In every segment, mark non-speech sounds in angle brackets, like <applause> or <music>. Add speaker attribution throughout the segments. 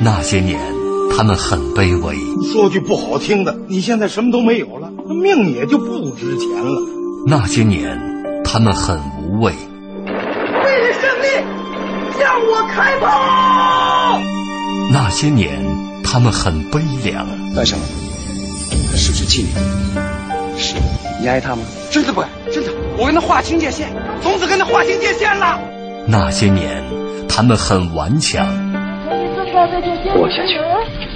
Speaker 1: 那些年，他们很卑微，
Speaker 2: 说句不好听的，你现在什么都没有了，那命也就不值钱了。
Speaker 1: 那些年，他们很无畏。
Speaker 3: 为了胜利，向我开炮！
Speaker 1: 那些年，他们很悲凉。
Speaker 4: 戴上了，是不是气你？是，你爱他吗？
Speaker 5: 真的不敢，真的，我跟他划清界限，从此跟他划清界限了。
Speaker 1: 那些年，他们很顽强。
Speaker 3: 活下去，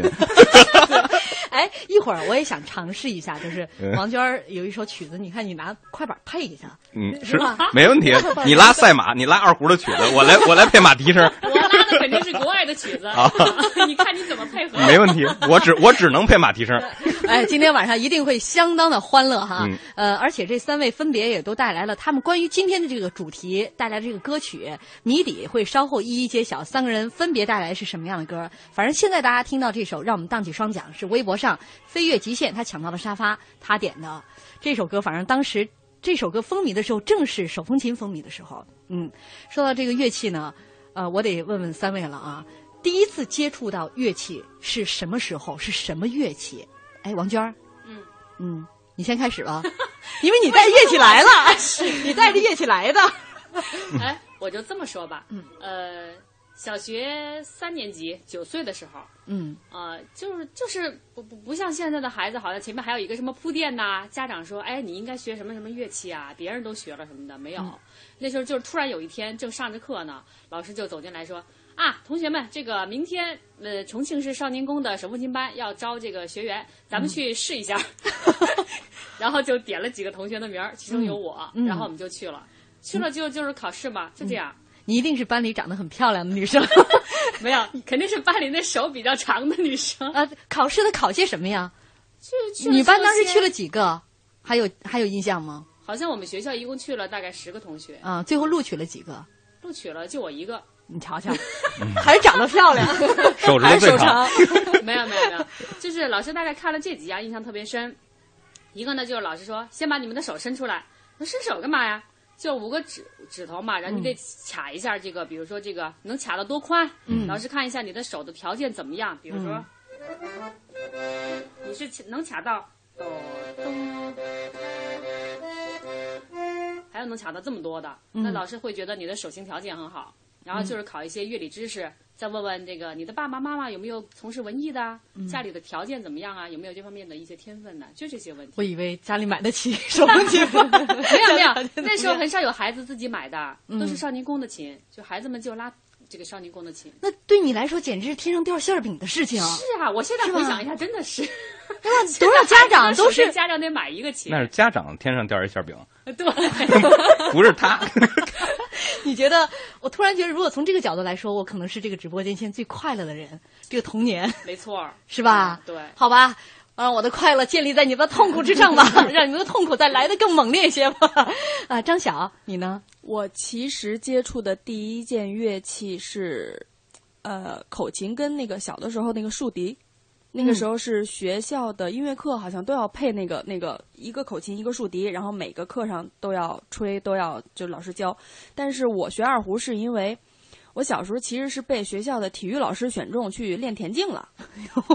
Speaker 6: 哎，一会儿我也想尝试一下，就是
Speaker 7: 嗯
Speaker 6: 王娟儿有一首曲子，你看你拿快板配一下，
Speaker 7: 嗯，
Speaker 6: 是
Speaker 7: 是
Speaker 6: 吧
Speaker 7: 没问题。你拉赛马，你拉二胡的曲子，我来我来配马蹄声。
Speaker 8: 我拉的的肯定是国外的曲
Speaker 7: <laughs>
Speaker 8: 子，
Speaker 7: 啊
Speaker 8: <laughs> 你看你怎么配合。
Speaker 7: 没问题，我只我只能配马蹄声。
Speaker 6: 哎，今天晚上一定会相当的欢乐哈。
Speaker 7: 嗯
Speaker 6: 呃，而且这三位分别也都带来了他们关于今天的这个主题带来的这个歌曲，谜底会稍后一一揭晓。三个人分别带来是什么样的歌？反正现在大家听到这首《让我们荡起双桨》是微博上飞跃极限他抢到了沙发他点的这首歌，反正当时这首歌风靡的时候，正是手风琴风靡的时候。嗯，说到这个乐器呢，呃，我得问问三位了啊。第一次接触到乐器是什么时候？是什么乐器？哎，王娟儿，
Speaker 8: 嗯
Speaker 6: 嗯，你先开始
Speaker 8: <laughs>
Speaker 6: 吧，因为你带乐器来了， <laughs> 你带着乐器来的。
Speaker 8: <laughs> 哎，我就这么说吧，
Speaker 7: 嗯
Speaker 8: 呃，小学三年级九岁的时候，
Speaker 6: 嗯
Speaker 8: 啊、就是就是不不不像现在的孩子，好像前面还有一个什么铺垫呐、家长说，哎，你应该学什么什么乐器啊，别人都学了什么的，没有。
Speaker 6: 嗯
Speaker 8: 那时候就是突然有一天正上着课呢，老师就走进来说。啊，同学们，这个明天呃，重庆市少年宫的手风琴班要招这个学员，咱
Speaker 6: 嗯
Speaker 8: 们去试
Speaker 6: <laughs>
Speaker 8: 一下。然后就点了几个同学的名儿，其中有我，
Speaker 6: 嗯嗯嗯
Speaker 8: 然后我们就去了。去了就就是考试嘛，就这样。
Speaker 6: 你一定是班里长得很漂亮的
Speaker 8: <laughs>
Speaker 6: 女生
Speaker 8: 没有，肯定是班里那手比较长的女生。
Speaker 6: 啊。考试的考些什么呀？
Speaker 8: 去去了
Speaker 6: 你班
Speaker 8: 这
Speaker 6: 当时
Speaker 8: 些
Speaker 6: 去了几个？还有还有印象吗？
Speaker 8: 好像我们学校一共去了大概十个同学，
Speaker 6: 啊，最后录取了几个？
Speaker 8: 录取了就我
Speaker 9: <laughs>
Speaker 8: 一个，
Speaker 6: 你瞧瞧，还是长得漂亮，
Speaker 7: 嗯 <laughs> 手指头
Speaker 6: 还是
Speaker 7: 最
Speaker 6: 手
Speaker 7: 长
Speaker 6: 长。
Speaker 8: 没有没有没有，就是老师大概看了这几样，印象特别深。一个呢就是老师说，先把你们的手伸出来，我说伸手干嘛呀？就五个指指头嘛，然后你得卡一下这个，比如说这个能卡到多宽，
Speaker 9: 嗯
Speaker 8: 老师看一下你的手的条件怎么样，比如说、
Speaker 9: 嗯
Speaker 8: 你是能卡到抖咚，还有能卡到这么多的，
Speaker 9: 嗯
Speaker 8: 那老师会觉得你的手型条件很好。然后
Speaker 6: 嗯
Speaker 8: 就是考一些乐理知识，再问问这个你的爸爸妈妈有没有从事文艺的啊，
Speaker 6: 嗯
Speaker 8: 家里的条件怎么样啊，有没有这方面的一些天分呢？就这些问
Speaker 6: <laughs>
Speaker 8: 题。
Speaker 6: 我以为家里买得起手
Speaker 8: <laughs>
Speaker 6: 风琴，
Speaker 8: 没有没
Speaker 6: <laughs> 家里
Speaker 8: 有
Speaker 6: 条件，怎么
Speaker 8: 那时候
Speaker 6: 样
Speaker 8: 很少有孩子自己买的，
Speaker 6: 嗯
Speaker 8: 都是少年宫的琴，就孩子们就拉这个少年宫的琴。
Speaker 6: 那对你来说简直是天上掉馅儿饼的事情。
Speaker 8: 是啊，我现在
Speaker 6: 是吧
Speaker 8: 回想一下，真的是。
Speaker 6: 多少家长都是
Speaker 8: 现在孩子首先家长得买一个琴
Speaker 7: 那，是家长天上掉
Speaker 6: <laughs>
Speaker 7: 一馅饼，
Speaker 8: 对，
Speaker 7: <laughs> 不是他。
Speaker 6: <laughs> 你觉得？我突然觉得，如果从这个角度来说，我可能是这个直播间现在最快乐的人，这个童年 <laughs>
Speaker 8: 没错儿，
Speaker 6: 是吧？
Speaker 8: 对，
Speaker 6: 好吧，让我的快乐建立在你们的痛苦之上
Speaker 10: <laughs>
Speaker 6: 吧，让你们的痛苦再来的更猛烈一些吧。 <laughs> 啊，张晓，你呢？
Speaker 10: 我其实接触的第一件乐器是，呃， <laughs> 口琴跟那个小的时候那个竖笛。那个时候是学校的音乐课，好像都要配那个那个一个口琴一个竖笛，然后每个课上都要吹，都要就老师教。但是我学二胡是因为我小时候其实是被学校的体育老师选中去练田径了，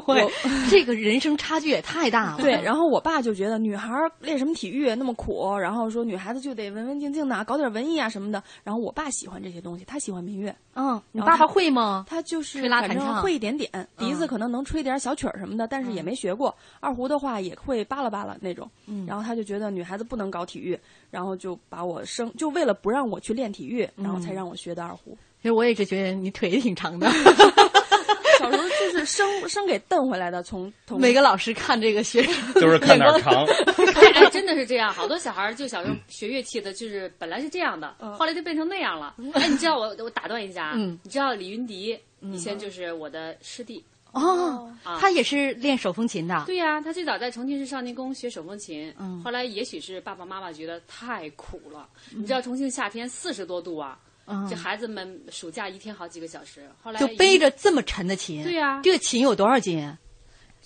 Speaker 6: 我嗯这个人生差距也太大了。
Speaker 10: 对，然后我爸就觉得女孩儿练什么体育那么苦，然后说女孩子就得文文静静的啊，搞点文艺啊什么的。然后我爸喜欢这些东西，他喜欢民乐。
Speaker 6: 嗯，你爸
Speaker 10: 然后
Speaker 6: 爸
Speaker 10: 他
Speaker 6: 会吗？
Speaker 10: 他就是
Speaker 6: 吹拉
Speaker 10: 反
Speaker 6: 弹
Speaker 10: 正
Speaker 6: 唱
Speaker 10: 会一点点，
Speaker 6: 嗯
Speaker 10: 笛子可能能吹点小曲儿什么的，但是也没学过。二胡的话也会扒拉扒拉那种。
Speaker 6: 嗯
Speaker 10: 然后他就觉得女孩子不能搞体育，然后就把我生，就为了不让我去练体育，然后才
Speaker 6: 嗯
Speaker 10: 让我学的二胡。
Speaker 6: 其实我也是觉得你腿也挺长
Speaker 10: <laughs>
Speaker 6: 的。 <laughs>
Speaker 10: 小时候就是生生给蹬回来的，从从
Speaker 6: 每个老师看这个学生，
Speaker 7: 就是看哪儿长。
Speaker 8: 哎哎， <laughs> 真的是这样，好多小孩儿就小时
Speaker 6: 嗯
Speaker 8: 候学乐器的，就是本来是这样的，后来就变成那样了。哎，你知道我我打断一下啊，
Speaker 6: 嗯
Speaker 8: 你知道李云迪以前就是我的师弟，
Speaker 6: 哦，
Speaker 8: 啊
Speaker 6: 他也是练手风琴的。
Speaker 8: 对呀、他最早在重庆市少年宫学手风琴，
Speaker 6: 嗯
Speaker 8: 后来也许是爸爸妈妈觉得太苦了，你知道重庆夏天四十多度啊，
Speaker 6: 嗯
Speaker 8: 这孩子们暑假一天好几个小时，后来
Speaker 6: 就
Speaker 8: 一
Speaker 6: 背着这么沉的琴。
Speaker 8: 对呀
Speaker 6: 这个琴有多少斤？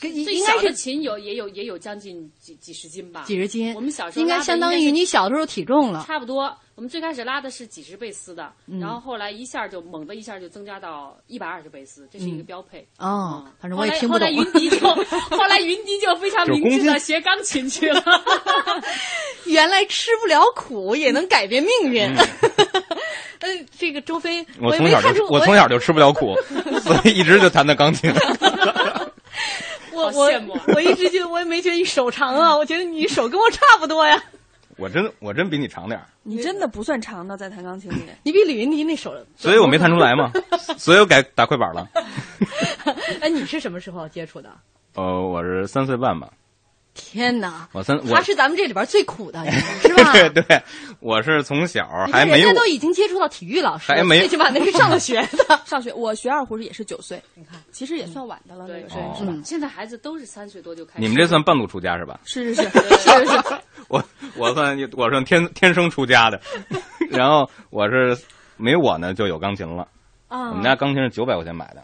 Speaker 6: 跟
Speaker 8: 最
Speaker 6: 应该
Speaker 8: 小的
Speaker 6: 是
Speaker 8: 琴有也有也有将近几几十斤吧，
Speaker 6: 几十斤。
Speaker 8: 我们小时候
Speaker 6: 应
Speaker 8: 拉
Speaker 6: 该
Speaker 8: 的
Speaker 6: 相当于
Speaker 8: 是
Speaker 6: 你小的时候体重了。
Speaker 8: 差不多，我们最开始拉的是几十倍丝的，
Speaker 6: 啊嗯
Speaker 8: 然后后来一下就猛的一下就增加到一百二十倍丝，这是一个
Speaker 6: 嗯
Speaker 8: 标配。
Speaker 6: 哦，反正
Speaker 8: 后
Speaker 6: 我也
Speaker 8: 来
Speaker 6: 听不
Speaker 8: 后
Speaker 6: 懂
Speaker 8: 来。云迪就后来云迪就非常
Speaker 6: 就是
Speaker 8: 明智
Speaker 6: 公
Speaker 8: 的
Speaker 6: 斤
Speaker 8: 学钢琴去
Speaker 6: <laughs>
Speaker 8: 了。
Speaker 6: <laughs> 原来吃不了苦也能改变命运。 <laughs> 嗯，这个周飞，
Speaker 7: 我
Speaker 6: 也
Speaker 7: 从
Speaker 6: 没
Speaker 7: 小
Speaker 6: 看
Speaker 7: 就
Speaker 6: 出，
Speaker 7: 我从小就吃不了
Speaker 6: <laughs>
Speaker 7: 苦，所以一直就弹的钢琴。
Speaker 6: 我我
Speaker 8: 啊
Speaker 6: 我一直觉得我也没觉得你手长啊，我觉得你手跟我差不多呀。 <laughs>
Speaker 7: 我真我真比你长点儿，
Speaker 10: 你真的不算长的，在弹钢琴里，
Speaker 6: 你比李云迪那手，
Speaker 7: 所以我没弹出来嘛，所以我改打快板了。
Speaker 6: <laughs> 哎，你是什么时候接触的？
Speaker 7: 呃，我是三岁半吧，
Speaker 6: 天哪！
Speaker 7: 我三我
Speaker 6: 他是咱们这里边最苦
Speaker 7: <laughs>
Speaker 6: 的，是吧？
Speaker 7: 对，我是从小
Speaker 6: 你
Speaker 7: 还
Speaker 6: 看
Speaker 7: 没有
Speaker 6: 人家都已经接触到体育老师了，
Speaker 7: 还没
Speaker 6: 最起码那是上了学的。
Speaker 11: <laughs> 上学，我学二胡是也是九岁，你看，其实也算晚的了，那个是
Speaker 7: 哦
Speaker 11: 是吧？
Speaker 8: 嗯现在孩子都是三岁多就开始。
Speaker 7: 你们这算半路出家是吧？
Speaker 11: 是是是 <laughs> 是是，
Speaker 7: <laughs> 我我算我算天天生出家
Speaker 6: <laughs>
Speaker 7: 的，然后我是没我呢就有钢琴了。
Speaker 6: 啊
Speaker 7: 我们家钢琴是九百块钱买的，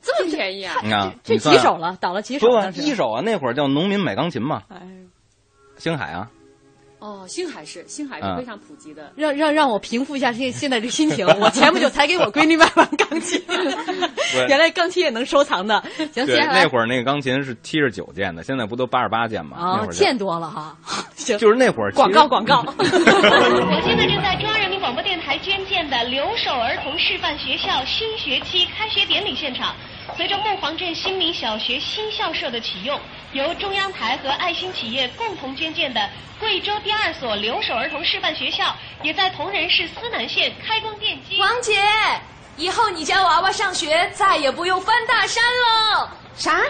Speaker 8: 这么便宜啊？
Speaker 7: 你看
Speaker 6: 这
Speaker 7: 你
Speaker 6: 几
Speaker 7: 算
Speaker 6: 手了，倒了哎几手
Speaker 7: 不
Speaker 6: 了，
Speaker 7: 一手啊，那会儿叫农民买钢琴嘛，星海啊，
Speaker 8: 哦，星海是星海是
Speaker 7: 嗯
Speaker 8: 非常普及的。
Speaker 6: 让让让我平复一下现现在这心
Speaker 7: <laughs>
Speaker 6: 情。我前不久才给我闺女买完钢琴，原来钢琴也能收藏的。行，接
Speaker 7: 对，
Speaker 6: 下
Speaker 7: 那
Speaker 6: 来
Speaker 7: 会儿那个钢琴是七十九键的，现在不都八十八键嘛？那
Speaker 6: 啊，
Speaker 7: 会儿就
Speaker 6: 见多了
Speaker 7: <laughs>
Speaker 6: 哈。行，
Speaker 7: 就是那会儿其实
Speaker 6: 广告广
Speaker 7: <laughs>
Speaker 6: 告。 <laughs>
Speaker 12: 我现在正在中央人民广播电台捐建的留守儿童示范学校新学期开学典礼现场。随着木黄镇新民小学新校舍的启用，由中央台和爱心企业共同捐建的贵州第二所留守儿童示范学校，也在铜仁市思南县开工奠基。
Speaker 13: 王姐，以后你家娃娃上学再也不用翻大山喽。
Speaker 14: 啥？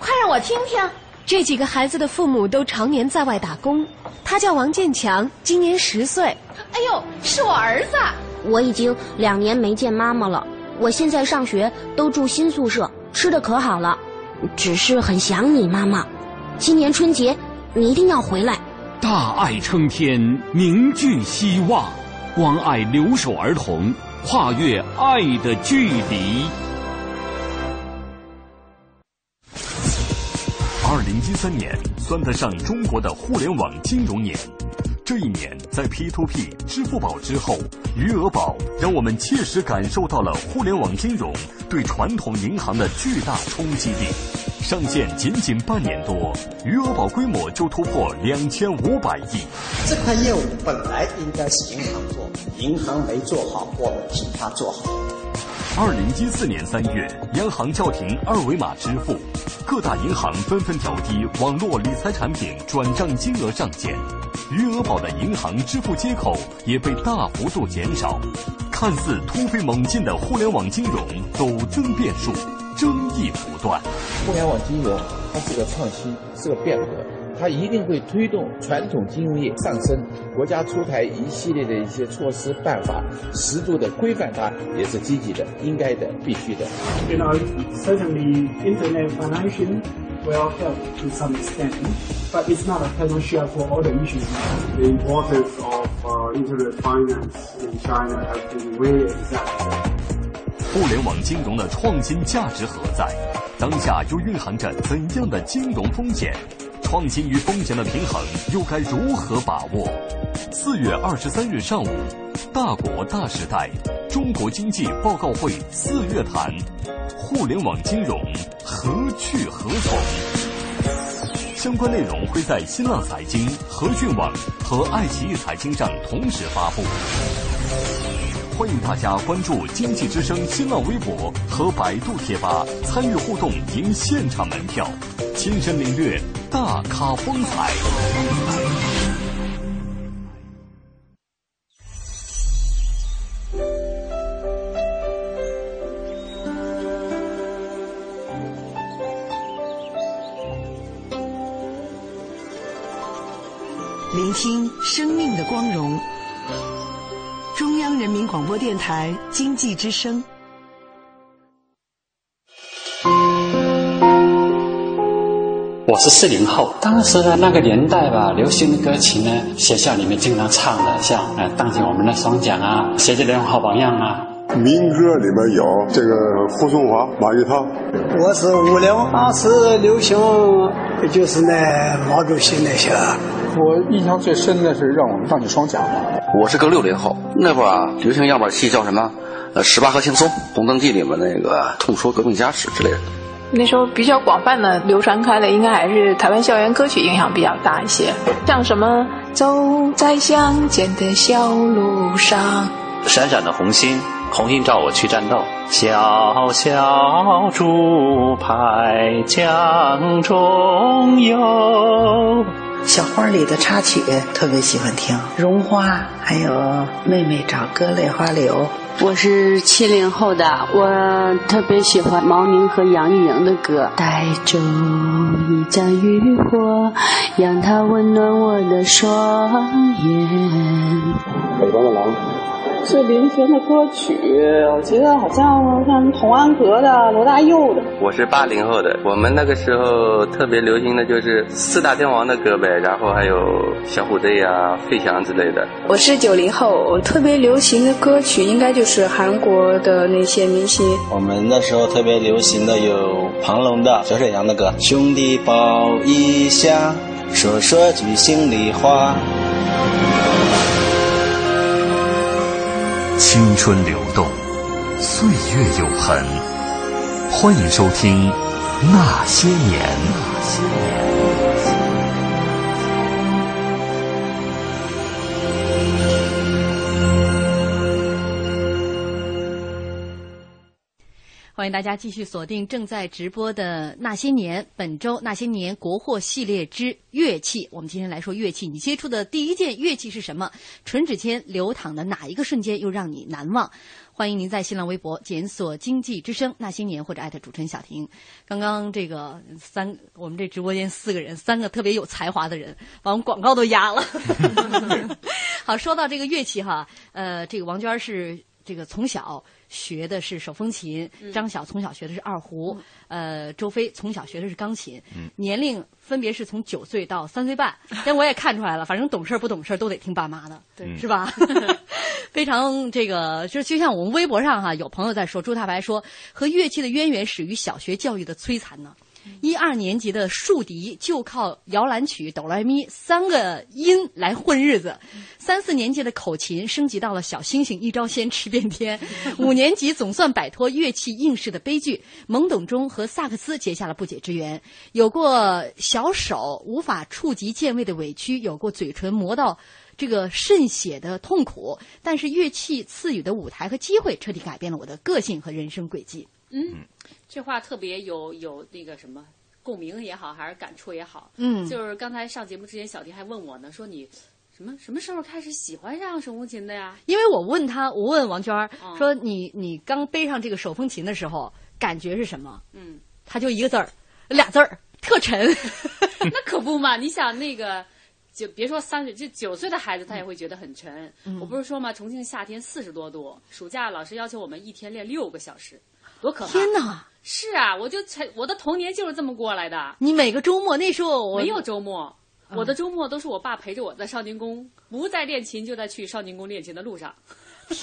Speaker 14: 快让我听听。这几个孩子的父母都常年在外打工。他叫王建强，今年十岁。
Speaker 13: 哎呦，是我儿子。啊
Speaker 15: 我已经两年没见妈妈了，我现在上学都住新宿舍，吃的可好了，只是很想你妈妈。今年春节你一定要回来。
Speaker 16: 大爱撑天，凝聚希望，关爱留守儿童，跨越爱的距离。
Speaker 5: 二零一三年算得上中国的互联网金融年。这一年，在 P2P、支付宝之后，余额宝让我们切实感受到了互联网金融对传统银行的巨大冲击力。上线仅仅半年多，余额宝规模就突破两千五百亿。
Speaker 17: 这块业务本来应该是银行做，银行没做好，我们替他做好。
Speaker 5: 二零一四年三月，央行叫停二维码支付，各大银行纷纷调低网络理财产品转账金额上限，余额宝的银行支付接口也被大幅度减少。看似突飞猛进的互联网金融陡增变数，争议不断。
Speaker 3: 互联网金融它是个创新，是个变革，它一定会推动传统金融业上升。国家出台一系列的一些措施办法，适度的规范它也是积极的、应该的、必须的。
Speaker 18: You know, certainly internet financing will help to some extent, but it's not a panacea for all the issues.
Speaker 19: The importance of uh, internet finance in China has been way exacted.
Speaker 5: 互联网金融的创新价值何在？当下又蕴含着怎样的金融风险？创新与风险的平衡又该如何把握？四月二十三日上午，大国大时代中国经济报告会四月谈，互联网金融何去何从？相关内容会在新浪财经、和讯网和爱奇艺财经上同时发布。欢迎大家关注经济之声新浪微博和百度贴吧，参与互动赢现场门票，亲身领略大咖风采。
Speaker 20: 聆听生命的光荣。中央人民广播电台经济之声。
Speaker 1: 我是四零后，当时的那个年代吧，流行的歌曲呢，学校里面经常唱的，像呃当年我们的双桨啊，学习的好榜样啊。
Speaker 21: 民歌里边有这个胡松华、马玉涛，
Speaker 22: 我是五零，当时流行就是那毛主席那些。
Speaker 23: 我印象最深的是让我们荡起双桨了。
Speaker 24: 我是个六零后，那会儿啊，流行样板戏叫什么？呃，十八和青松，《红灯记》里面那个痛说革命家史之类的。
Speaker 10: 那时候比较广泛的流传开的，应该还是台湾校园歌曲影响比较大一些，像什么《走在乡间的小路上》。
Speaker 25: 闪闪的红星，红星照我去战斗。小小竹排江中游，
Speaker 26: 小花里的插曲特别喜欢听，《绒花》，还有《妹妹找哥泪花流》。
Speaker 1: 我是七零后的，我特别喜欢毛宁和杨钰莹的歌。带走一盏渔火，让它温暖我的双眼。
Speaker 27: 北方的狼。
Speaker 7: 是林泉的歌曲，我觉得好像像童安格的、罗大佑的。
Speaker 28: 我是八零后的，我们那个时候特别流行的就是四大天王的歌呗，然后还有小虎队啊、费翔之类的。
Speaker 29: 我是九零后，特别流行的歌曲应该就是韩国的那些明星。
Speaker 30: 我们那时候特别流行的有庞龙的、小沈阳的歌，《兄弟抱一下》，说说句心里话。
Speaker 5: 青春流动，岁月有痕。欢迎收听《那些年》。
Speaker 6: 欢迎大家继续锁定正在直播的《那些年》，本周《那些年》国货系列之乐器。我们今天来说乐器，你接触的第一件乐器是什么？唇指间流淌的哪一个瞬间又让你难忘？欢迎您在新浪微博检索“经济之声那些年”或者艾特主持人小婷。刚刚这个三，我们这直播间四个人，三个特别有才华的人，把我们广告都压了。 <laughs> 好，说到这个乐器哈，呃，这个王娟是这个从小。学的是手风琴，张晓从小学的是二胡，呃，周飞从小学的是钢琴，年龄分别是从九岁到三岁半。但我也看出来了，反正懂事儿不懂事儿都得听爸妈的，
Speaker 8: 对
Speaker 6: 是吧？ <laughs> 非常这个，就是就像我们微博上哈、有朋友在说，朱大白说和乐器的渊源始于小学教育的摧残呢。一二年级的竖笛就靠摇篮曲、哆来咪三个音来混日子，三四年级的口琴升级到了小星星一招鲜吃遍天，五年级总算摆脱乐器应试的悲剧，懵懂中和萨克斯结下了不解之缘，有过小手无法触及键位的委屈，有过嘴唇磨到。这个渗血的痛苦，但是乐器赐予的舞台和机会彻底改变了我的个性和人生轨迹。
Speaker 8: 嗯，这话特别有有那个什么共鸣也好，还是感触也好。
Speaker 6: 嗯
Speaker 8: 就是刚才上节目之前，小迪还问我呢，说你什么什么时候开始喜欢上手风琴的呀？
Speaker 6: 因为我问他，我问王娟儿
Speaker 8: 嗯
Speaker 6: 说你你刚背上这个手风琴的时候感觉是什么？
Speaker 8: 嗯，
Speaker 6: 他就一个字儿，俩字儿，
Speaker 8: <laughs>
Speaker 6: 特沉。
Speaker 8: 那可不嘛！你想那个，就别说三岁，这九岁的孩子他也会觉得很沉。
Speaker 6: 嗯
Speaker 8: 我不是说嘛，重庆夏天四十多度，暑假老师要求我们一天练六个小时，多可怕！
Speaker 6: 天哪！
Speaker 8: 是啊，我就才我的童年就是这么过来的。
Speaker 6: 你每个周末那时候我嗯
Speaker 8: 没有周末，我的周末都是我爸陪着我在少年宫，不在练琴就在去少年宫练琴的路上。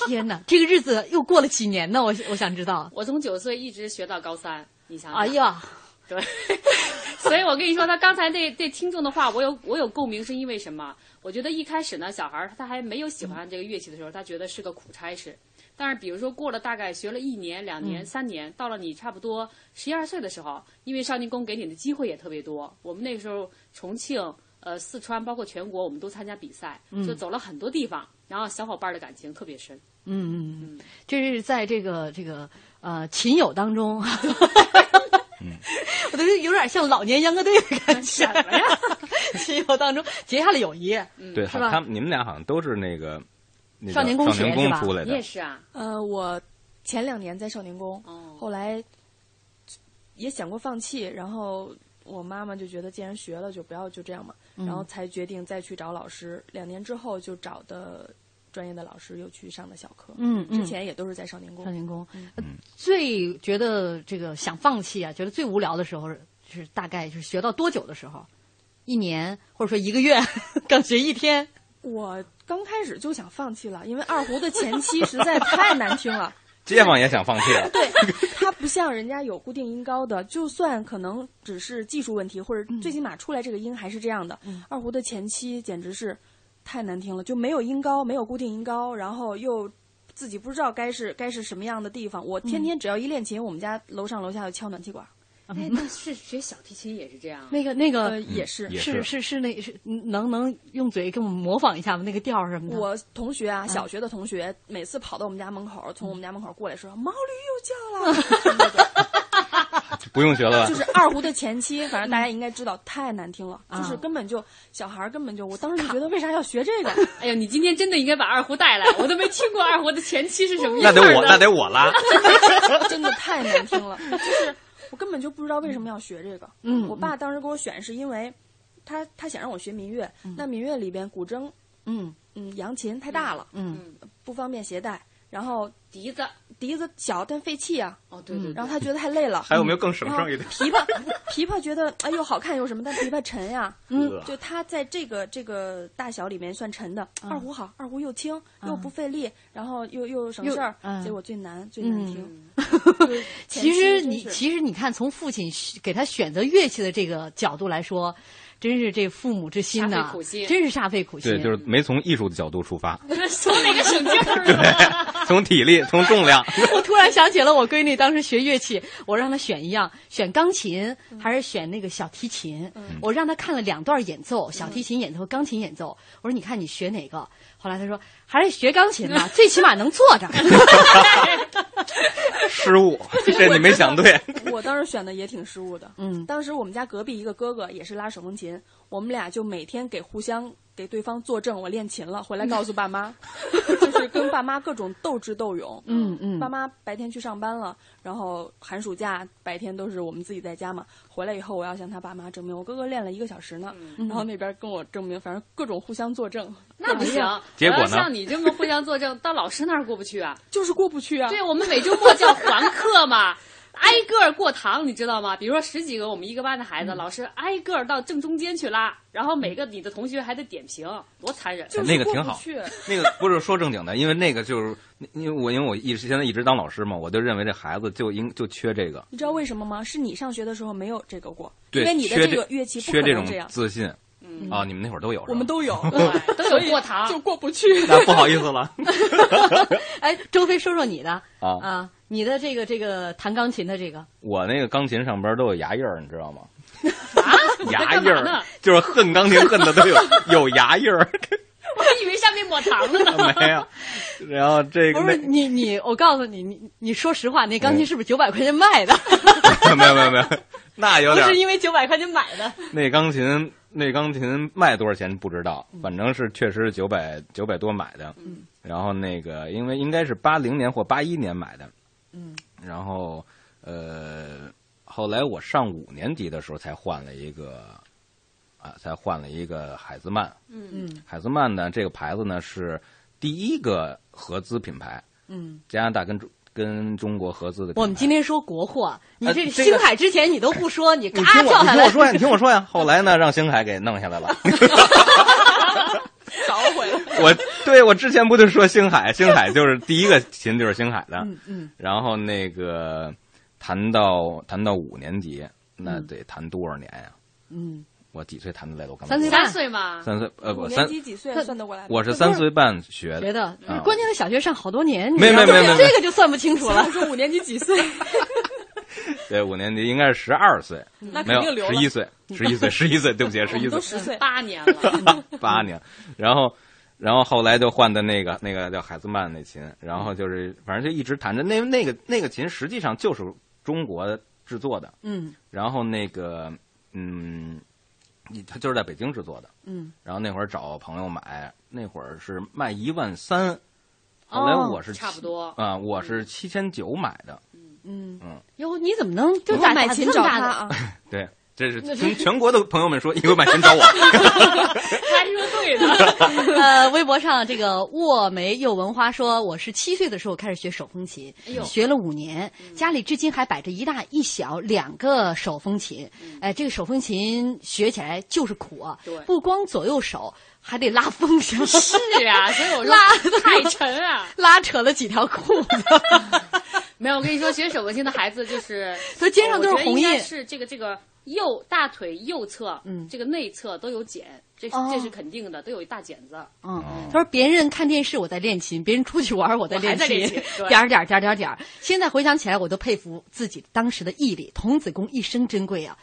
Speaker 6: 天哪，这个日子又过了几年呢？我我想知道。
Speaker 8: 我从九岁一直学到高三，你想想
Speaker 6: 哎，呀，
Speaker 8: 对， <laughs> 所以我跟你说，他刚才那那听众的话，我有我有共鸣，是因为什么？我觉得一开始呢，小孩儿他还没有喜欢这个乐器的时候，他觉得是个苦差事。但是，比如说过了大概学了一年、两年、
Speaker 10: 嗯
Speaker 8: 三年，到了你差不多十一二岁的时候，因为少年宫给你的机会也特别多。我们那个时候重庆、呃四川，包括全国，我们都参加比赛，
Speaker 6: 嗯
Speaker 8: 就走了很多地方，然后小伙伴儿的感情特别 <laughs> 深。
Speaker 6: 嗯嗯嗯，这是在这个这个呃琴友当中， <laughs> 我都是有点像老年秧歌队的感
Speaker 8: <laughs>
Speaker 6: 觉。
Speaker 8: 啊
Speaker 6: 琴友当中结下了友谊，
Speaker 7: 嗯
Speaker 25: 对，
Speaker 6: 是
Speaker 25: 好
Speaker 6: 吧？
Speaker 25: 他们你们俩好像都是那个那叫
Speaker 6: 少年宫
Speaker 25: 少
Speaker 6: 学是
Speaker 25: 年宫
Speaker 6: 吧
Speaker 25: 出来的，
Speaker 8: 是啊。
Speaker 10: 呃，我前两年在少年宫，后来也想过放弃，然后我妈妈就觉得既然学了就不要就这样嘛，
Speaker 6: 嗯
Speaker 10: 然后才决定再去找老师。两年之后就找的专业的老师，又去上的小课。
Speaker 6: 嗯嗯
Speaker 10: 之前也都是在少年宫。嗯
Speaker 6: 少年宫呃最觉得这个想放弃啊，觉得最无聊的时候是大概是学到多久的时候？一年或者说一个月， <laughs> 刚学一天。
Speaker 10: 我刚开始就想放弃了，因为二胡的前期实在太难
Speaker 25: <laughs>
Speaker 10: 听了。
Speaker 25: 街坊也想放弃了。
Speaker 10: 对，它不像人家有固定音高的，就算可能只是技术问题，或者最起码出来这个音还是这样的。二胡的前期简直是太难听了，就没有音高，没有固定音高，然后又自己不知道该是该是什么样的地方。我天天只要一练琴，我们家楼上楼下就敲暖气管。
Speaker 8: 哎，那是学小提琴也是这样。啊
Speaker 6: 那个那个、
Speaker 10: 呃也是嗯也
Speaker 6: 是
Speaker 10: 是
Speaker 6: 是是那是能能用嘴给我们模仿一下吗？那个调儿什么的。
Speaker 10: 我同学啊，小学的同学，每 <laughs> 次跑到我们家门口，从我们家门口过来说：“毛驴又叫了。”
Speaker 7: 不用学了吧？
Speaker 10: 就是二胡的前期，反正大家应该知道，太难听了，
Speaker 6: 啊
Speaker 10: 就是根本就小孩儿根本就，我当时就觉得为啥要学这个？
Speaker 8: 哎呀，你今天真的应该把二胡带来，我都没听过二胡的前期是什么样
Speaker 7: <laughs> 那得
Speaker 8: 儿
Speaker 7: 我
Speaker 8: 的
Speaker 7: 那 <laughs> 得我
Speaker 10: <laughs>
Speaker 7: 拉，
Speaker 10: 真的太难听了，就是我根本就不知道为什么要学这个。
Speaker 6: 嗯
Speaker 10: 我爸当时给我选是因为他他想让我学民乐，那民乐里边古筝、
Speaker 6: 嗯
Speaker 10: 嗯扬琴太大了，
Speaker 6: 嗯，
Speaker 10: 不方便携带。然后
Speaker 8: 笛子，
Speaker 10: 笛子小但费气啊。
Speaker 8: 哦，
Speaker 6: 嗯
Speaker 8: 对
Speaker 10: 对。然后他觉得太累了。
Speaker 7: 还有没有更省事儿一点
Speaker 10: 然后琵琶，琵琶觉得哎又好看又什么，但琵琶沉呀。
Speaker 6: 啊
Speaker 7: 嗯
Speaker 10: 就它在这个这个大小里面算沉的。
Speaker 6: 嗯
Speaker 10: 二胡好，二胡又轻
Speaker 6: 嗯
Speaker 10: 又不费力，然后又又省
Speaker 6: 又
Speaker 10: 事儿
Speaker 6: 嗯，
Speaker 10: 结果最难最难
Speaker 8: 嗯
Speaker 10: 听。
Speaker 6: <laughs> 其
Speaker 10: 前期
Speaker 6: 实
Speaker 10: 真
Speaker 6: 你
Speaker 10: 是
Speaker 6: 其实你看，从父亲给他选择乐器的这个角度来说，真是这父母之心
Speaker 8: 煞费
Speaker 6: 呐
Speaker 8: 苦，心
Speaker 6: 真是煞费苦心。
Speaker 7: 对，就是没从艺术的角度出
Speaker 10: <laughs>
Speaker 7: 发，
Speaker 8: 从哪个省劲儿？
Speaker 7: 从体力，从重
Speaker 10: <laughs>
Speaker 7: 量。
Speaker 6: 我突然想起了我闺女当时学乐器，我让她选一样，选钢琴
Speaker 8: 嗯
Speaker 6: 还是选那个小提琴。
Speaker 7: 嗯
Speaker 6: 我让她看了两段演奏，
Speaker 8: 嗯
Speaker 6: 小提琴演奏、钢琴演奏。我说：“你看你学哪个？”后来她说：“还是学钢琴吧，最起码能坐着。 <laughs>
Speaker 7: 失误，这你没想对。 <laughs>
Speaker 10: 我当时选的也挺失误的。
Speaker 6: 嗯，
Speaker 10: 当时我们家隔壁一个哥哥也是拉手风琴，我们俩就每天给互相给对方作证我练琴了，回来告诉爸妈， <laughs> 就是跟爸妈各种斗智斗勇。
Speaker 6: 嗯嗯
Speaker 10: 爸妈白天去上班了，然后寒暑假白天都是我们自己在家嘛。回来以后我要向他爸妈证明，我哥哥练了一个小时呢，
Speaker 6: 嗯
Speaker 10: 然后那边跟我证明，反正各种互相作证。
Speaker 8: <laughs> 那不行，
Speaker 7: 结
Speaker 8: 我
Speaker 7: 果
Speaker 8: 要
Speaker 7: 呢
Speaker 8: 像你这么互相作证，到老师那儿过不去啊？
Speaker 10: 就是过不去啊！
Speaker 8: 对我们每周末叫还课嘛，挨个儿过堂，你知道吗？比如说十几个我们一个班的孩子，老师挨个儿到正中间去拉，然后每个你的同学还得点评，多残忍！
Speaker 7: 哎那个挺好， <laughs> 那个不是说正经的，因为那个就是因为我因为我一直现在一直当老师嘛，我就认为这孩子就应就缺这个，
Speaker 10: 你知道为什么吗？是你上学的时候没有这个过，
Speaker 7: 对，
Speaker 10: 因为你的
Speaker 7: 缺
Speaker 10: 个乐器不可
Speaker 7: 缺这
Speaker 10: 能
Speaker 7: 种
Speaker 10: 样。
Speaker 7: 自信
Speaker 10: 嗯
Speaker 7: 啊，你们那会儿都有是
Speaker 10: 我
Speaker 7: 吧？
Speaker 10: 们都有， <laughs>
Speaker 8: 都有过堂，
Speaker 10: 就过不去。
Speaker 7: <laughs> 那不好意思了，”
Speaker 6: 哎，周飞说说你的
Speaker 7: 啊
Speaker 6: 啊，你的这个这个弹钢琴的这个，
Speaker 7: 我那个钢琴上边都有牙印儿，你知道吗？
Speaker 10: 啊
Speaker 7: <laughs> 牙
Speaker 8: 干
Speaker 7: 印
Speaker 8: 嘛
Speaker 7: 儿
Speaker 8: 呢
Speaker 7: 就是恨钢琴恨的
Speaker 10: <laughs>
Speaker 7: 都有有牙印儿，
Speaker 8: 我以为上面抹糖
Speaker 7: <laughs>
Speaker 8: 了呢。
Speaker 7: 没有。然后这个嗯
Speaker 6: 不
Speaker 7: 那
Speaker 6: 是你你，我告诉你，你你说实话，那钢琴是不是九百块钱卖的？
Speaker 7: <laughs> 没有没有没有，那有
Speaker 6: 不
Speaker 7: 点儿
Speaker 6: 是因为九百块钱买的。
Speaker 7: 那钢琴那钢琴卖多少钱不知道，反正是确实是九百九百多买的。
Speaker 6: 嗯
Speaker 7: 然后那个因为应该是八零年或八一年买的，
Speaker 6: 嗯
Speaker 7: 然后呃后来我上五年级的时候才换了一个啊，才换了一个海兹曼。
Speaker 6: 嗯
Speaker 7: 海兹曼呢这个牌子呢是第一个合资品牌，
Speaker 6: 嗯，
Speaker 7: 加拿大跟中跟中国合资的品牌。
Speaker 6: 我们今天说国货，你这
Speaker 7: 呃这个
Speaker 6: 星海之前你都不说，你
Speaker 7: 你
Speaker 6: 嘎
Speaker 7: 听我，
Speaker 6: 跳
Speaker 7: 你
Speaker 6: 下
Speaker 7: 听
Speaker 6: 来
Speaker 10: <laughs>
Speaker 7: 我。说呀，你听我
Speaker 6: <laughs>
Speaker 7: 说呀。后来呢，让星海给弄下来了。
Speaker 10: 捣毁了。
Speaker 7: 我对我之前不就说星海，星海就是第一个琴就是星海的，
Speaker 6: 嗯
Speaker 7: 然后那个弹到弹到五年级，那
Speaker 6: 嗯
Speaker 7: 得弹多少年呀、
Speaker 6: 嗯，
Speaker 7: 我几岁弹的来着？我刚才
Speaker 6: 三岁
Speaker 7: 说
Speaker 8: 三岁嘛
Speaker 6: 半
Speaker 7: 三岁呃
Speaker 10: 五
Speaker 7: 不
Speaker 10: 年
Speaker 7: 三，
Speaker 10: 级几岁算得过来？
Speaker 7: 我是三岁半学的。
Speaker 6: 觉得
Speaker 7: 啊
Speaker 6: 关键是小学上好多年，你
Speaker 7: 没没
Speaker 6: 要
Speaker 7: 没没
Speaker 6: 这
Speaker 7: 没
Speaker 6: 个就算不清楚了。
Speaker 10: 说五年级几岁？
Speaker 7: 对，五年级应该是十二岁，
Speaker 8: 那
Speaker 7: 没
Speaker 8: 肯定
Speaker 7: 有
Speaker 8: 留
Speaker 7: 十
Speaker 8: 了
Speaker 7: 一岁，十一岁，十一岁，对不起，十一岁，
Speaker 8: 岁，嗯八年了。
Speaker 7: 八年，然后，然后后来就换的那个那个叫海兹曼那琴，然后就是反正就一直弹着那那个那个琴，实际上就是中国制作的，
Speaker 6: <laughs> 嗯
Speaker 7: 然后那个嗯，你它就是在北京制作的，
Speaker 6: 嗯，
Speaker 7: 然后那会儿找朋友买，那会儿是卖一万三，后来我是、
Speaker 8: 哦差不多
Speaker 7: 啊、我是七千九买的，
Speaker 6: 嗯
Speaker 7: 嗯，
Speaker 6: 哟，你怎么能就
Speaker 10: 我
Speaker 6: 打
Speaker 10: 买
Speaker 6: 打
Speaker 10: 琴
Speaker 6: 这么
Speaker 10: 找
Speaker 6: 大
Speaker 10: 他
Speaker 6: 的
Speaker 7: <laughs>
Speaker 10: 啊？
Speaker 7: 对，这是全全国的朋友们说，一会儿买琴找我。
Speaker 8: 他说对
Speaker 6: <laughs>
Speaker 8: 的，
Speaker 6: <laughs> 呃，微博上这个卧梅又文花说，我是七岁的时候开始学手风琴，
Speaker 8: 哎呦
Speaker 6: 学了五年，
Speaker 7: 嗯
Speaker 6: 家里至今还摆着一大一小两个手风琴。
Speaker 7: 嗯
Speaker 6: 哎，这个手风琴学起来就是苦啊
Speaker 8: 对，
Speaker 6: 不光左右手，还得拉风筝。是
Speaker 8: 是啊，所以我说
Speaker 6: 拉
Speaker 8: 太沉啊。
Speaker 6: <laughs> 拉扯了几条裤子。
Speaker 8: 没有，我跟你说，学手风琴的孩子就是，
Speaker 6: 所以街上都是
Speaker 8: 我觉得
Speaker 6: 红
Speaker 8: 应该
Speaker 6: 印
Speaker 8: 是这个这个右大腿右侧，
Speaker 6: 嗯
Speaker 8: 这个内侧都有茧，这是、
Speaker 6: 哦
Speaker 8: 这是肯定的，都有一大茧子。
Speaker 6: 嗯，他说别人看电视我在练琴，别人出去玩我在
Speaker 8: 哦我还
Speaker 6: 练
Speaker 8: 在
Speaker 6: 琴，
Speaker 8: 练
Speaker 6: <laughs>
Speaker 8: 琴对
Speaker 6: 点儿点儿点儿点儿点儿。现在回想起来，我都佩服自己当时的毅力，童子功一生珍贵啊！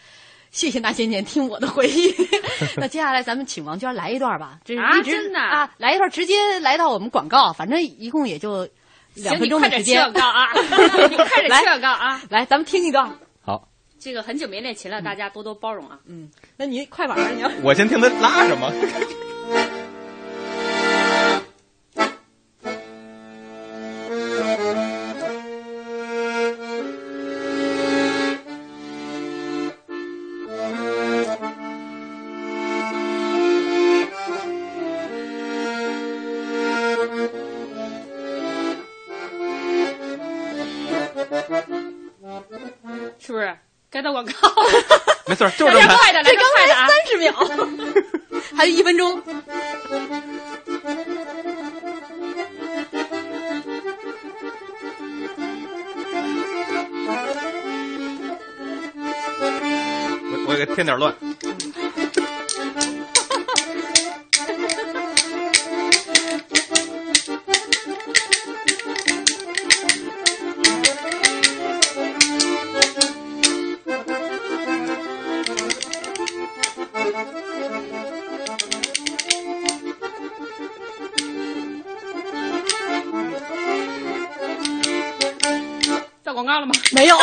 Speaker 6: 谢谢那些年听我的
Speaker 8: <laughs>
Speaker 6: 回忆。那接下来咱们请王娟来一段吧，这是
Speaker 8: 啊
Speaker 6: 一直
Speaker 8: 真的
Speaker 6: 啊，来一段，直接来到我们广告，反正一共也就两
Speaker 8: 行
Speaker 6: 分钟的时
Speaker 8: 你快
Speaker 6: 间。 <laughs>
Speaker 8: 点去广告啊你快点去广告啊！ <laughs>
Speaker 6: 来，咱们听一段。
Speaker 7: 好，
Speaker 8: 这个很久没练琴了，大家多多包容啊。
Speaker 27: 嗯，那你快
Speaker 6: 啊
Speaker 27: 板儿你要
Speaker 25: 我先听他拉什么？
Speaker 8: 是不是？该到广
Speaker 6: <laughs>
Speaker 8: 告，
Speaker 25: 没事儿，就
Speaker 8: 来
Speaker 25: 是这么
Speaker 8: 点
Speaker 25: 弹。
Speaker 8: 快的，来
Speaker 27: 这
Speaker 8: 点
Speaker 27: 刚
Speaker 8: 快的啊！
Speaker 27: 三十秒，还有一分
Speaker 8: <laughs>
Speaker 27: 钟。
Speaker 25: 我我给添点乱。
Speaker 8: 到广告了吗？
Speaker 27: 没
Speaker 8: <laughs>
Speaker 27: 有。
Speaker 25: 哎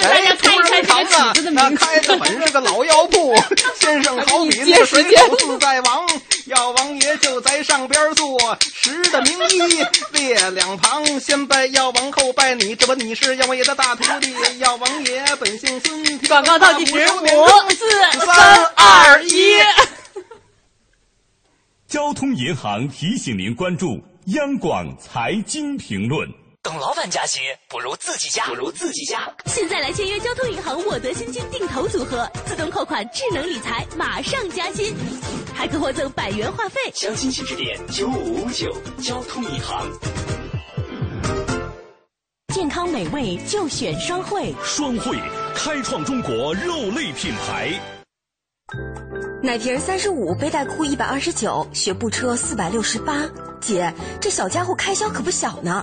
Speaker 8: 让 <laughs> 大家猜一猜这个曲子的名字。
Speaker 25: 开的本是个老妖
Speaker 8: <laughs>
Speaker 25: 铺，身上好比那水土自在王。药王爷就在上边坐，十的名医列两旁，先拜药王后拜你，这不你是药王爷的大徒弟。药王爷本姓孙，
Speaker 27: 广告倒计时
Speaker 25: 大
Speaker 27: 五
Speaker 25: 年正
Speaker 27: 四
Speaker 25: 三
Speaker 27: 二一。
Speaker 5: 交通银行提醒您关注央广财经评论。
Speaker 31: 等老板加薪，不如自己加，不如自己加。
Speaker 32: 现在来签约交通银行沃德新金定投组合，自动扣款、智能理财，马上加薪，还可获赠百元话费。
Speaker 31: 详情请致电九五五九交通银行。
Speaker 32: 健康美味就选双汇。
Speaker 5: 双汇开创中国肉类品牌。
Speaker 12: 奶瓶三十五，背带裤一百二十九，学步车四百六十八。姐，这小家伙开销可不小呢。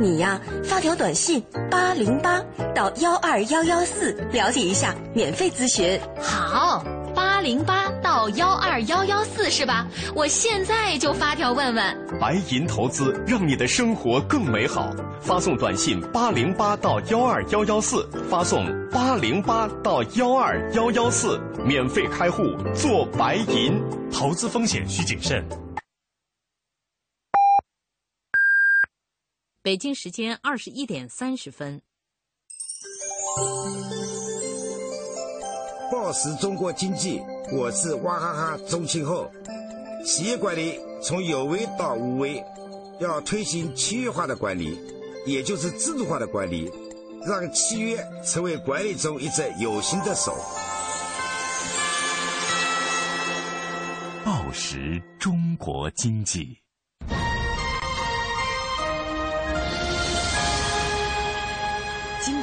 Speaker 12: 你呀，发条短信八零八到幺二幺幺四了解一下，免费咨询。
Speaker 33: 好，八零八到幺二幺幺四是吧？我现在就发条问问。
Speaker 5: 白银投资让你的生活更美好。发送短信八零八到幺二幺幺四，发送八零八到幺二幺幺四，免费开户做白银。投资风险需谨慎。
Speaker 34: 北京时间二十一点三十分。
Speaker 2: boss 中国经济，我是娃哈哈宗庆后。企业管理从有为到无为，要推行契约化的管理，也就是制度化的管理，让契约成为管理中一只有形的手。
Speaker 5: 报时中国经济。
Speaker 20: 经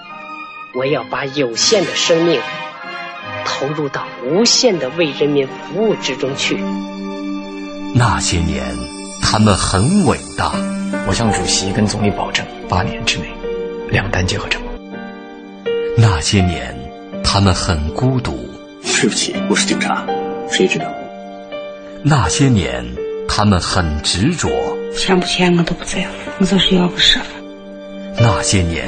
Speaker 35: 我要把有限的生命投入到无限的为人民服务之中去。
Speaker 5: 那些年，他们很伟大。
Speaker 3: 我向主席跟总理保证，八年之内，两弹结合成功。
Speaker 5: 那些年，他们很孤独。
Speaker 3: 对不起，我是警察，谁知道？
Speaker 5: 那些年，他们很执着。
Speaker 36: 签不签我都不在乎，我就是要个身份。
Speaker 5: 那些年，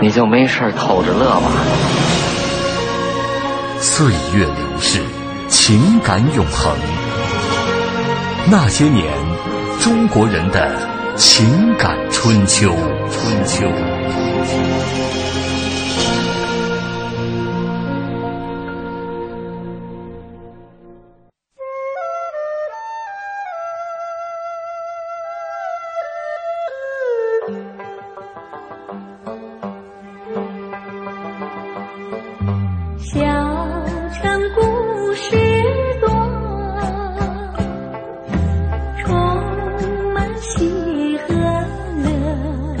Speaker 31: 你就没事儿偷着乐吧。
Speaker 1: 岁月流逝，情感永恒。那些年，中国人的情感春秋。春秋。
Speaker 3: 小城故事多，充满喜和乐。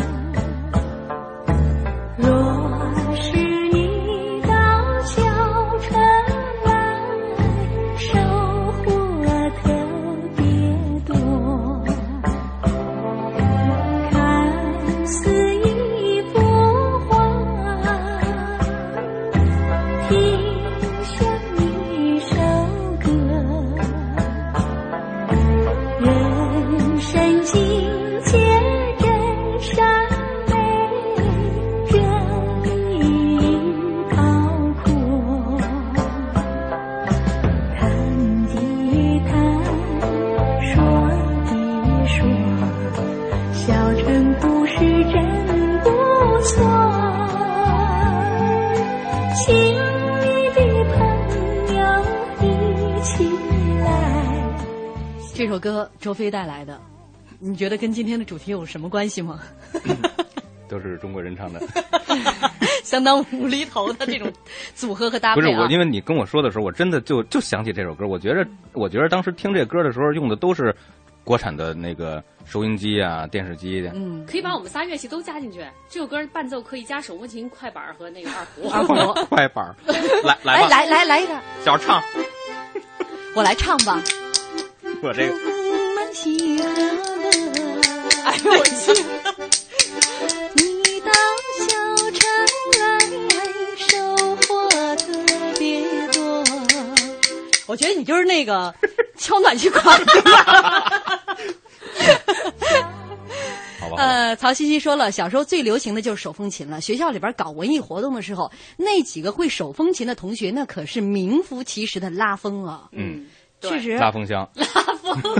Speaker 3: 若是你到小城来，收获特别多。看似一幅画。听像一首歌，人生境界真善美，任意包括。看的看，说的说，小城故事真不错。亲密的朋友一起来。
Speaker 6: 这首歌周飞带来的，你觉得跟今天的主题有什么关系
Speaker 7: <laughs>
Speaker 6: 吗？
Speaker 7: 都是中国
Speaker 25: <laughs>
Speaker 7: 人唱的。
Speaker 6: 相当无厘头的这种组合和搭
Speaker 7: 不
Speaker 6: 配
Speaker 7: 是
Speaker 6: 啊！
Speaker 7: 我，因为你跟我说的时候，我真的就就想起这首歌。我觉得，我觉得当时听这歌的时候用的都是国产的那个收音机啊、电视机。
Speaker 6: 嗯，
Speaker 8: 可以把我们仨乐器都加进去。这首歌伴奏可以加手风琴、快板和那个二胡。 <laughs>
Speaker 7: 啊，快板儿，来哎来吧，
Speaker 6: 哎来来来来一段，
Speaker 7: 小唱，
Speaker 6: 我来唱吧。
Speaker 7: 我
Speaker 6: <laughs>
Speaker 3: 哎
Speaker 7: 这个
Speaker 3: 满喜和乐。哎呦我去！你到小城来，收获特别多。
Speaker 6: 我觉得你就是那
Speaker 3: <laughs>
Speaker 6: 个敲暖气狂。
Speaker 7: 好
Speaker 3: 吧
Speaker 6: 呃，曹西西说了，小时候最流行的就是手风琴了。学校里边搞文艺活动的时候，那几个会手风琴的同学，那可是名副其实的拉风啊。
Speaker 7: 嗯，
Speaker 6: 确实，
Speaker 7: 大风箱，
Speaker 6: <laughs>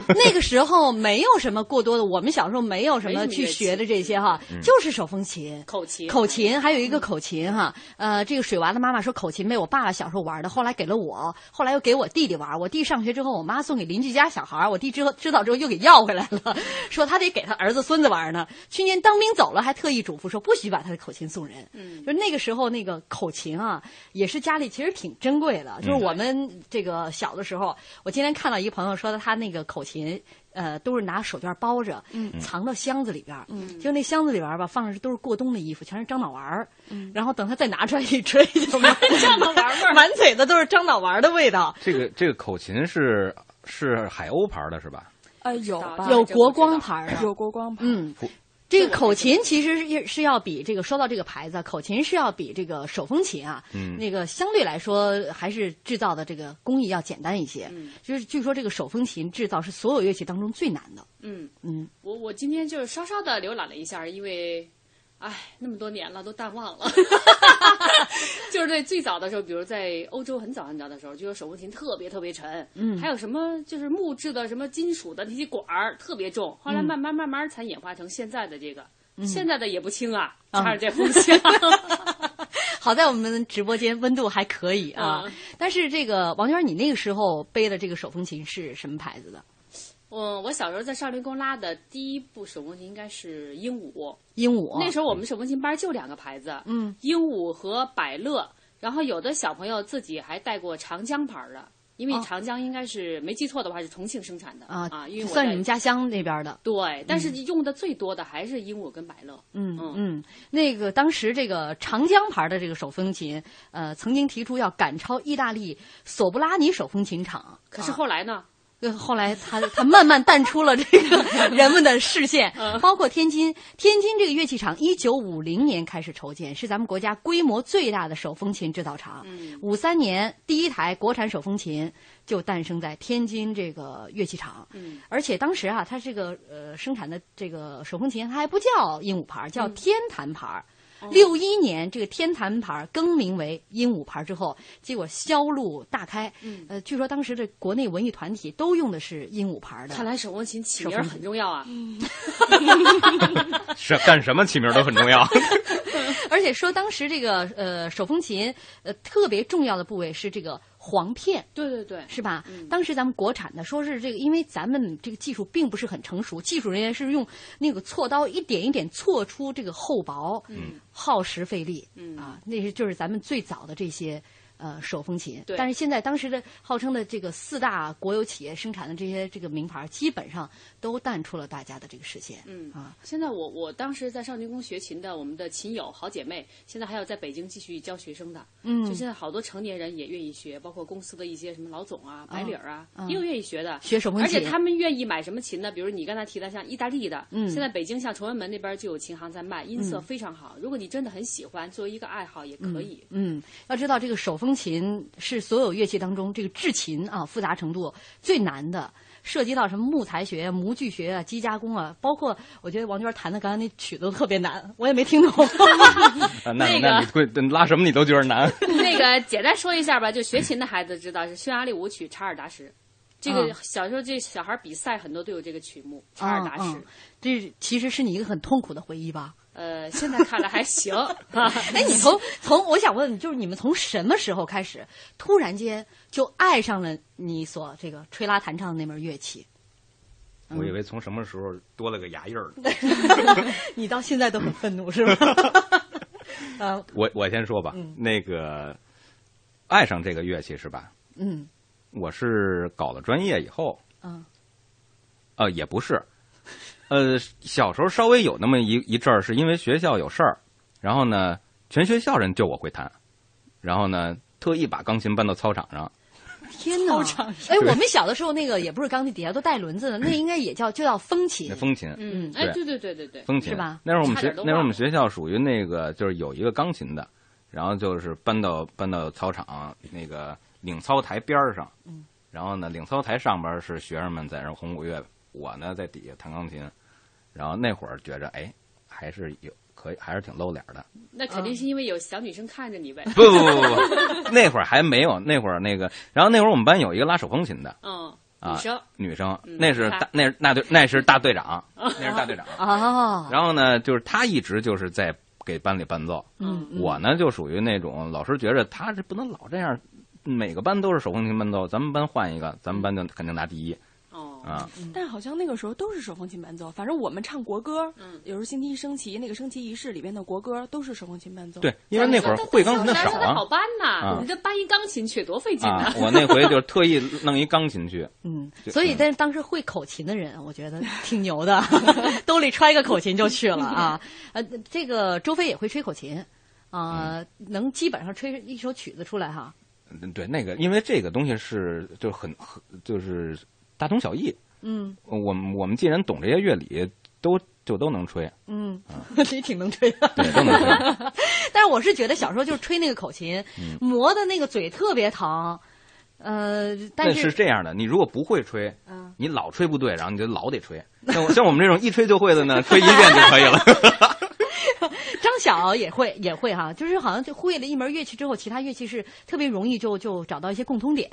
Speaker 6: 那个时候没有什么过多的，我们小时候没有什么
Speaker 8: 没什么
Speaker 6: 去
Speaker 8: 乐器
Speaker 6: 学的这些哈，
Speaker 8: 嗯
Speaker 6: 就是手风琴、
Speaker 8: 口琴
Speaker 6: 口琴，还有一个口琴哈。呃，这个水娃的妈妈说，口琴被我爸爸小时候玩的，后来给了我，后来又给我弟弟玩。我弟上学之后，我妈送给邻居家小孩儿，我弟知道知道之后又给要回来了， <laughs> 说他得给他儿子孙子玩呢。去年当兵走了，还特意嘱咐说不许把他的口琴送人。
Speaker 8: 嗯
Speaker 6: 就那个时候，那个口琴啊，也是家里其实挺珍贵的。就是我们这个小的时候，我今天看到一个朋友说的，他那个口琴，呃，都是拿手绢包着，
Speaker 3: 嗯
Speaker 6: 藏到箱子里边儿。
Speaker 3: 嗯
Speaker 6: 就那箱子里边儿吧，放着都是过冬的衣服，全是樟脑丸儿。然后等他再拿出来一吹，就樟脑丸味 <laughs> 满嘴的都是樟脑丸的味道。
Speaker 7: 这个这个口琴是是海鸥牌的是吧？
Speaker 10: 呃，有
Speaker 8: 啊
Speaker 10: 吧？
Speaker 6: 有国光牌儿的，
Speaker 10: 有国光牌。
Speaker 6: 嗯，这个口琴其实是是要比这个说到这个牌子，口琴是要比这个手风琴啊，
Speaker 3: 嗯
Speaker 6: 那个相对来说还是制造的这个工艺要简单一些。就是据说这个手风琴制造是所有乐器当中最难的。
Speaker 8: 嗯，
Speaker 6: 嗯，
Speaker 8: 我我今天就是稍稍的浏览了一下，因为，唉，那么多年了都淡忘
Speaker 6: <laughs>
Speaker 8: 了。 <laughs> 就是对最早的时候，比如在欧洲很早很早的时候，就有手风琴特别特别沉，
Speaker 6: 嗯
Speaker 8: 还有什么就是木质的、什么金属的那些管儿特别重，后来
Speaker 6: 嗯
Speaker 8: 慢慢慢慢才演化成现在的这个，
Speaker 6: 嗯
Speaker 8: 现在的也不轻啊，
Speaker 6: 啊
Speaker 8: 加上这风琴。
Speaker 6: <laughs>
Speaker 8: <laughs>
Speaker 6: 好在我们直播间温度还可以啊。
Speaker 8: 嗯
Speaker 6: 但是这个王娟儿，你那个时候背的这个手风琴是什么牌子的？
Speaker 8: 呃我我小时候在少林宫拉的第一部手风琴应该是鹦鹉，
Speaker 6: 鹦鹉
Speaker 8: 那时候我们手风琴班就两个牌子，
Speaker 6: 嗯
Speaker 8: 鹦鹉和百乐。然后有的小朋友自己还带过长江牌的，因为长江应该是、没记错的话是重庆生产的
Speaker 6: 哦啊
Speaker 8: 因为我
Speaker 6: 算
Speaker 8: 在
Speaker 6: 你们家嗯乡那边的。
Speaker 8: 对，但是用的最多的还是鹦鹉跟百乐。
Speaker 6: 嗯嗯，那个当时这个长江牌的这个手风琴，呃，曾经提出要赶超意大利索布拉尼手风琴厂，
Speaker 8: 可是后来呢？
Speaker 6: 呃后来他他慢慢淡出了这
Speaker 8: <laughs>
Speaker 6: 个人们的视线，
Speaker 8: 嗯
Speaker 6: 包括天津。天津这个乐器厂，一九五零年开始筹建，是咱们国家规模最大的手风琴制造厂。
Speaker 8: 嗯
Speaker 6: 五三年，第一台国产手风琴就诞生在天津这个乐器厂。
Speaker 8: 嗯
Speaker 6: 而且当时啊，它这个呃生产的这个手风琴，它还不叫鹦鹉牌儿，
Speaker 8: 嗯
Speaker 6: 叫天坛牌儿。
Speaker 8: 哦
Speaker 6: 六一年，这个天坛牌儿更名为鹦鹉牌儿之后，结果销路大开。
Speaker 8: 嗯
Speaker 6: 呃，据说当时的国内文艺团体都用的是鹦鹉牌儿的。
Speaker 8: 看来手风琴起名
Speaker 6: 嗯手嗯
Speaker 8: 儿
Speaker 6: 风
Speaker 8: 很重要啊。
Speaker 7: 是干什么起名都很重要。
Speaker 6: 而且说当时这个呃手风琴呃特别重要的部位是这个簧片，
Speaker 8: 对对对，
Speaker 6: 是吧？
Speaker 8: 嗯
Speaker 6: 当时咱们国产的说是这个，因为咱们这个技术并不是很成熟，技术人员是用那个锉刀一点一点锉出这个厚薄，
Speaker 8: 嗯，
Speaker 6: 耗时费力，
Speaker 8: 嗯
Speaker 6: 啊，那是就是咱们最早的这些。呃，手风琴，
Speaker 8: 对
Speaker 6: 但是现在当时的号称的这个四大国有企业生产的这些这个名牌，基本上都淡出了大家的这个视线。
Speaker 8: 嗯
Speaker 6: 啊，
Speaker 8: 现在我我当时在少年宫学琴的，我们的琴友好姐妹，现在还有在北京继续教学生的，
Speaker 6: 嗯
Speaker 8: 就现在好多成年人也愿意学，包括公司的一些什么老总啊、白领儿啊，
Speaker 6: 嗯
Speaker 8: 也有愿意学的，
Speaker 6: 学手风琴
Speaker 8: 而且他们愿意买什么琴呢？比如你刚才提的像意大利的，
Speaker 6: 嗯
Speaker 8: 现在北京像崇文门那边就有琴行在卖，音色
Speaker 6: 嗯
Speaker 8: 非常好。如果你真的很喜欢，作为一个爱好也可以。
Speaker 6: 嗯。嗯，要知道这个手风琴是所有乐器当中这个制琴啊复杂程度最难的，涉及到什么木材学、模具学啊、机加工啊，包括我觉得王娟弹的刚才那曲子都特别难，我也没听 <laughs> 懂。
Speaker 7: 那
Speaker 8: 那
Speaker 7: 那
Speaker 8: 个
Speaker 7: 你会拉什么你都觉得难。
Speaker 8: 那个简单说一下吧，就学琴的孩子知道是匈牙利舞曲《查尔达什》，这个
Speaker 6: 啊
Speaker 8: 小时候这小孩比赛很多都有这个曲目《查尔达什》
Speaker 6: 嗯嗯这其实是你一个很痛苦的回忆吧？
Speaker 8: 呃，现在看来还行。哎
Speaker 6: <laughs> 嗯哎，你从从我想问，就是你们从什么时候开始，突然间就爱上了你所这个吹拉弹唱的那门乐器？
Speaker 7: 嗯我以为从什么时候多了个牙印儿呢。
Speaker 6: 嗯你到现在都很愤怒是
Speaker 7: <laughs>
Speaker 6: 吗？呃，
Speaker 7: 我我先说吧，那个爱上这个乐器是吧？
Speaker 6: 嗯
Speaker 7: 我是搞了专业以后，
Speaker 6: 嗯
Speaker 7: 呃，也不是，呃，小时候稍微有那么一一阵儿，是因为学校有事儿，然后呢，全学校人就我会弹，然后呢，特意把钢琴搬到操场上，
Speaker 6: 天哪！哎，我们小的时候那个也不是钢琴底下都带轮子的，那应该也叫就叫风琴。
Speaker 7: 那风琴，
Speaker 6: 嗯
Speaker 8: 哎，
Speaker 7: 对
Speaker 8: 对对对对对，
Speaker 7: 风琴
Speaker 6: 是吧
Speaker 7: 那时候我们
Speaker 8: 差
Speaker 7: 学
Speaker 8: 点都
Speaker 7: 那时候我
Speaker 8: 忘了
Speaker 7: 们学校属于那个就是有一个钢琴的，然后就是搬到搬到操场那个领操台边儿上，
Speaker 6: 嗯
Speaker 7: 然后呢领操台上边儿是学生们在那儿红五月，我呢在底下弹钢琴，然后那会儿觉着哎还是有可以还是挺露脸儿的，
Speaker 8: 那
Speaker 6: 嗯
Speaker 8: 肯定是因为有小女生看着你
Speaker 6: <laughs>
Speaker 8: 呗。
Speaker 7: 不不不不不，那会儿还没有那会儿那个，然后那会儿我们班有一个拉手风琴的。
Speaker 8: 嗯，
Speaker 7: 啊，
Speaker 8: 女生
Speaker 7: 女生，
Speaker 8: 嗯
Speaker 7: 那是
Speaker 8: 她
Speaker 7: 大，那是那队，那是大
Speaker 8: <laughs>
Speaker 7: 队长，那是大队长。
Speaker 6: 哦，
Speaker 7: 然后呢，就是他一直就是在给班里伴奏。
Speaker 6: 嗯嗯
Speaker 7: 我呢就属于那种老师觉着他这不能老这样，每个班都是手风琴伴奏，咱们班换一个，咱们班就肯定拿第一。
Speaker 8: 哦
Speaker 7: 啊，
Speaker 6: 嗯
Speaker 10: 但好像那个时候都是手风琴伴奏，反正我们唱国歌，
Speaker 6: 嗯
Speaker 10: 有时候星期一升旗那个升旗仪式里边的国歌都是手风琴伴奏。
Speaker 7: 对因为那会儿会钢琴的少啊
Speaker 8: 咱们好搬呐
Speaker 7: 啊，
Speaker 8: 你这搬一钢琴去多费劲
Speaker 7: 啊，我那回就是特意弄一钢琴去。
Speaker 6: 嗯
Speaker 7: 就
Speaker 6: 所以但是当时会口琴的人，我觉得挺牛
Speaker 10: <laughs>
Speaker 6: 的，兜里揣一个口琴就去了啊。呃，这个周飞也会吹口琴，啊，能基本上吹一首曲子出来哈。
Speaker 7: 嗯对那个，因为这个东西是就很很就是大同小异。
Speaker 6: 嗯
Speaker 7: 我们我们既然懂这些乐理，都就都能吹。
Speaker 6: 嗯， <laughs> 你挺能吹的，
Speaker 7: 对都能
Speaker 10: <laughs>
Speaker 7: 吹
Speaker 6: 但是我是觉得小时候就是吹那个口琴，
Speaker 7: 嗯
Speaker 6: 磨的那个嘴特别疼。呃，但
Speaker 7: 那是这样的，你如果不会吹，
Speaker 6: 嗯
Speaker 7: 你老吹不对，然后你就老得吹。像我像我们这种一吹就会的呢，吹一遍就可以了。
Speaker 6: 张晓也会也会哈、就是好像就会了一门乐器之后，其他乐器是特别容易就就找到一些共通点。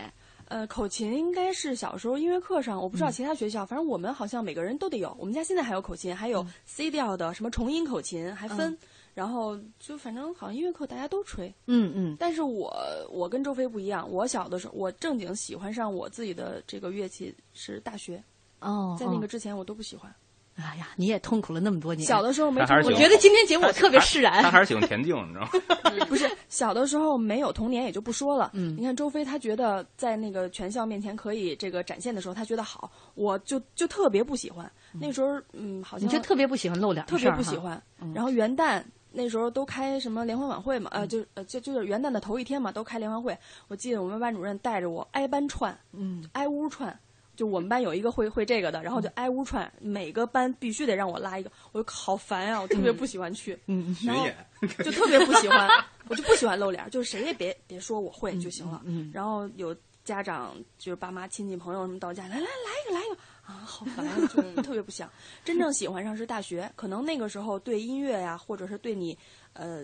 Speaker 10: 呃，口琴应该是小时候音乐课上，我不知道
Speaker 6: 嗯
Speaker 10: 其他学校，反正我们好像每个人都得有。我们家现在还有口琴，还
Speaker 8: 嗯
Speaker 10: 有 C 调的，什么重音口琴还分。
Speaker 6: 嗯
Speaker 10: 然后就反正好像音乐课大家都吹，
Speaker 6: 嗯嗯
Speaker 10: 但是我我跟周飞不一样，我小的时候我正经喜欢上我自己的这个乐器是大学，
Speaker 6: 哦，
Speaker 10: 在那个
Speaker 6: 哦
Speaker 10: 之前我都不喜欢。
Speaker 6: 哎呀，你也痛苦了那么多年。
Speaker 10: <laughs> 小的时候没
Speaker 7: 他还是
Speaker 10: 痛
Speaker 7: 喜
Speaker 10: 苦
Speaker 7: 欢
Speaker 6: 我觉得今天节目我特别释然
Speaker 7: 他还是喜欢田径，你知道吗？
Speaker 10: <laughs> 不是小的时候没有童年也就不说了。
Speaker 6: 嗯
Speaker 10: 你看周飞，他
Speaker 7: <laughs>
Speaker 10: 觉得在那个全校面前可以这个展现的时候，他觉得好，我就就特别不喜欢。那时候，嗯，好像
Speaker 6: 你就特别不喜欢露脸
Speaker 10: 特
Speaker 6: 的事
Speaker 10: 别
Speaker 6: 儿
Speaker 10: 不
Speaker 6: 哈
Speaker 10: 喜欢。
Speaker 6: 嗯
Speaker 10: 然后元旦那时候都开什么联欢晚会嘛，呃，就呃就就是元旦的头一天嘛，都开联欢会。我记得我们班主任带着我挨班串，
Speaker 6: 嗯，
Speaker 10: 挨屋串。就我们班有一个会会这个的，然后就挨屋串，每个班必须得让我拉一个，我就好烦啊，我特别不喜欢去， <laughs>
Speaker 28: 嗯
Speaker 10: 然后
Speaker 28: 巡演
Speaker 10: 就特别不喜欢，我就不喜欢露脸，就是谁也别别说我会就行了。
Speaker 7: 嗯
Speaker 6: 嗯
Speaker 10: 然后有家长就是爸妈、亲戚、朋友什么到家，来来来一个来一个啊，好烦啊，就是特别不想。真正喜欢上是大学，可能那个时候对音乐呀，或者是对你呃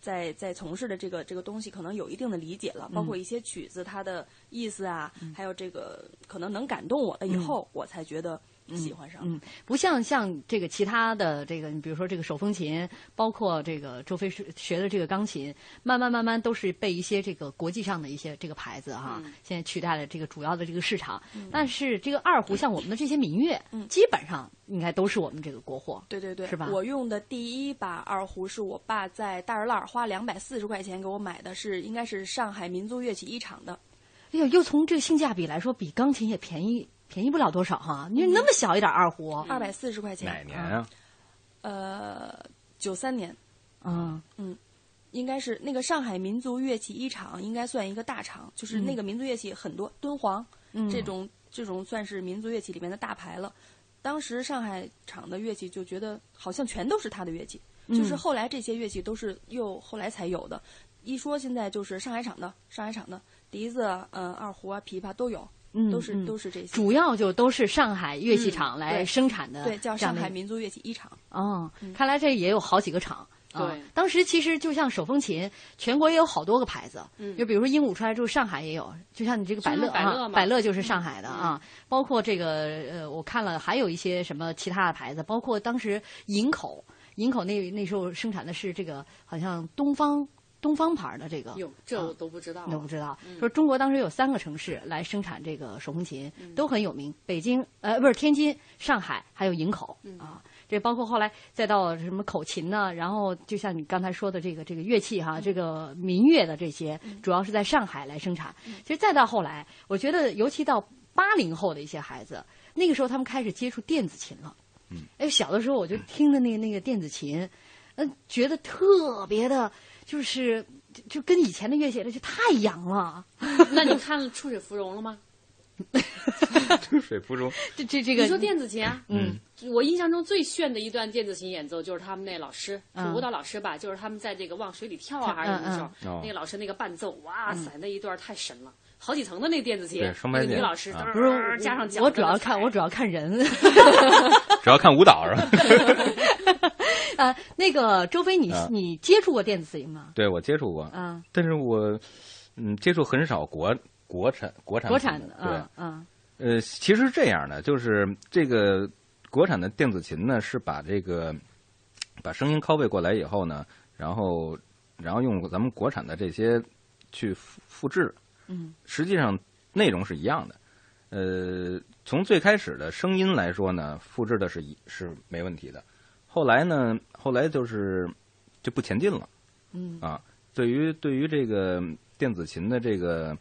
Speaker 10: 在在从事的这个这个东西，可能有一定的理解了，包括
Speaker 28: 嗯
Speaker 10: 一些曲子它的意思啊，
Speaker 8: 嗯
Speaker 10: 还有这个可能能感动我了以后，我才觉得
Speaker 6: <laughs>
Speaker 10: 喜欢上。
Speaker 6: 嗯，不像像这个其他的这个，你比如说这个手风琴，包括这个周飞学的这个钢琴，慢慢慢慢都是被一些这个国际上的一些这个牌子哈、
Speaker 10: 嗯
Speaker 6: 现在取代了这个主要的这个市场。但是这个二胡像我们的这些民乐，基本上应该都是我们这个国货。
Speaker 10: 嗯对对对，
Speaker 6: 是吧？
Speaker 10: 我用的第一把二胡是我爸在大栅栏花两百四十块钱给我买的是，应该是上海民族乐器一厂的。
Speaker 6: 哎呦，又从这个性价比来说，比钢琴也便宜，便宜不了多少哈。你
Speaker 10: 嗯
Speaker 6: 那么小一点二胡，
Speaker 8: 嗯
Speaker 10: 二百四十块钱。
Speaker 6: 哪年
Speaker 7: 啊？
Speaker 10: 呃，九三年，
Speaker 6: 嗯
Speaker 10: 嗯，应该是那个上海民族乐器一厂，应该算一个大厂，就是
Speaker 6: 嗯
Speaker 10: 那个民族乐器很多，敦煌，
Speaker 6: 嗯
Speaker 10: 这种这种算是民族乐器里面的大牌了。当时上海厂的乐器就觉得好像全都是他的乐器，
Speaker 6: 嗯
Speaker 10: 就是后来这些乐器都是又后来才有的。一说现在就是上海厂的，上海厂的笛子啊、呃二胡啊、琵琶都有，
Speaker 6: 嗯
Speaker 10: 都是、
Speaker 6: 嗯
Speaker 10: 都是这些。
Speaker 6: 主要就都是上海乐器厂
Speaker 10: 嗯
Speaker 6: 来
Speaker 10: 对
Speaker 6: 生产的这样
Speaker 10: 对，
Speaker 6: 的一个、
Speaker 10: 叫上海民族乐器一厂。嗯
Speaker 6: 哦，看来这也有好几个厂。啊
Speaker 10: 对
Speaker 6: 当时其实就像手风琴，全国也有好多个牌子，
Speaker 10: 嗯
Speaker 6: 就比如说鹦鹉出来之后，上海也有，就像你这个百乐
Speaker 8: 上海百乐
Speaker 6: 啊，
Speaker 8: 嘛
Speaker 6: 百乐就是上海的
Speaker 10: 嗯
Speaker 6: 啊，包括这个呃，我看了还有一些什么其他的牌子，包括当时营口，营口那那时候生产的是这个好像东方东方牌的这个，
Speaker 8: 哟，这
Speaker 10: 啊
Speaker 8: 我都不知道、
Speaker 6: 你都不知道。
Speaker 8: 嗯
Speaker 6: 说中国当时有三个城市来生产这个手风琴，
Speaker 8: 嗯
Speaker 6: 都很有名，北京呃不是天津、上海还有营口、
Speaker 8: 嗯
Speaker 6: 啊。这包括后来再到什么口琴呢，然后就像你刚才说的这个这个乐器
Speaker 8: 嗯
Speaker 6: 哈，这个民乐的这些，主要是在上海来生产。
Speaker 8: 嗯
Speaker 6: 其实再到后来，我觉得尤其到八零后的一些孩子，那个时候他们开始接触电子琴了。哎，小的时候我就听的那个那个电子琴，嗯、觉得特别的，就是就就跟以前的乐器就太洋
Speaker 8: <laughs>
Speaker 6: 了。
Speaker 8: 那你看《出水芙蓉》了吗？
Speaker 10: 嗯
Speaker 7: <laughs> 水芙蓉，
Speaker 6: 这这这个
Speaker 8: 你说电子琴啊，
Speaker 7: 嗯，
Speaker 8: 我印象中最炫的一段电子琴演奏就是他们那老师，
Speaker 6: 嗯
Speaker 8: 就舞蹈老师吧，就是他们在这个往水里跳啊
Speaker 6: 嗯
Speaker 8: 还是什么时
Speaker 7: 嗯
Speaker 8: 候
Speaker 7: 哦，
Speaker 8: 那个老师那个伴奏，哇塞，
Speaker 6: 嗯
Speaker 8: 那一段太神了，好几层的那个电子琴
Speaker 7: 对，双
Speaker 8: 那
Speaker 7: 白
Speaker 8: 个女
Speaker 7: 键
Speaker 8: 老师
Speaker 7: 啊
Speaker 8: 噔
Speaker 6: 不是我
Speaker 8: 加上脚，
Speaker 6: 我主要看我主要看人。
Speaker 7: 主要看舞蹈是吧？
Speaker 6: <laughs>
Speaker 7: <laughs>
Speaker 6: 呃，那个周飞，你、
Speaker 7: 啊
Speaker 6: 你接触过电子琴吗？
Speaker 7: 对我接触
Speaker 10: 嗯
Speaker 7: 过，
Speaker 6: 啊，
Speaker 7: 但是我嗯接触很少国国产国产
Speaker 6: 国产
Speaker 7: 的
Speaker 6: 的，，
Speaker 7: 对
Speaker 6: 嗯，嗯
Speaker 7: 呃，其实是这样的，就是这个国产的电子琴呢，是把这个把声音拷贝过来以后呢，然后然后用咱们国产的这些去复复制，
Speaker 6: 嗯
Speaker 7: 实际上内容是一样的。呃，从最开始的声音来说呢，复制的是一是没问题的。后来呢，后来就是就不前进了。
Speaker 6: 嗯
Speaker 7: 啊，对于对于这个电子琴的这个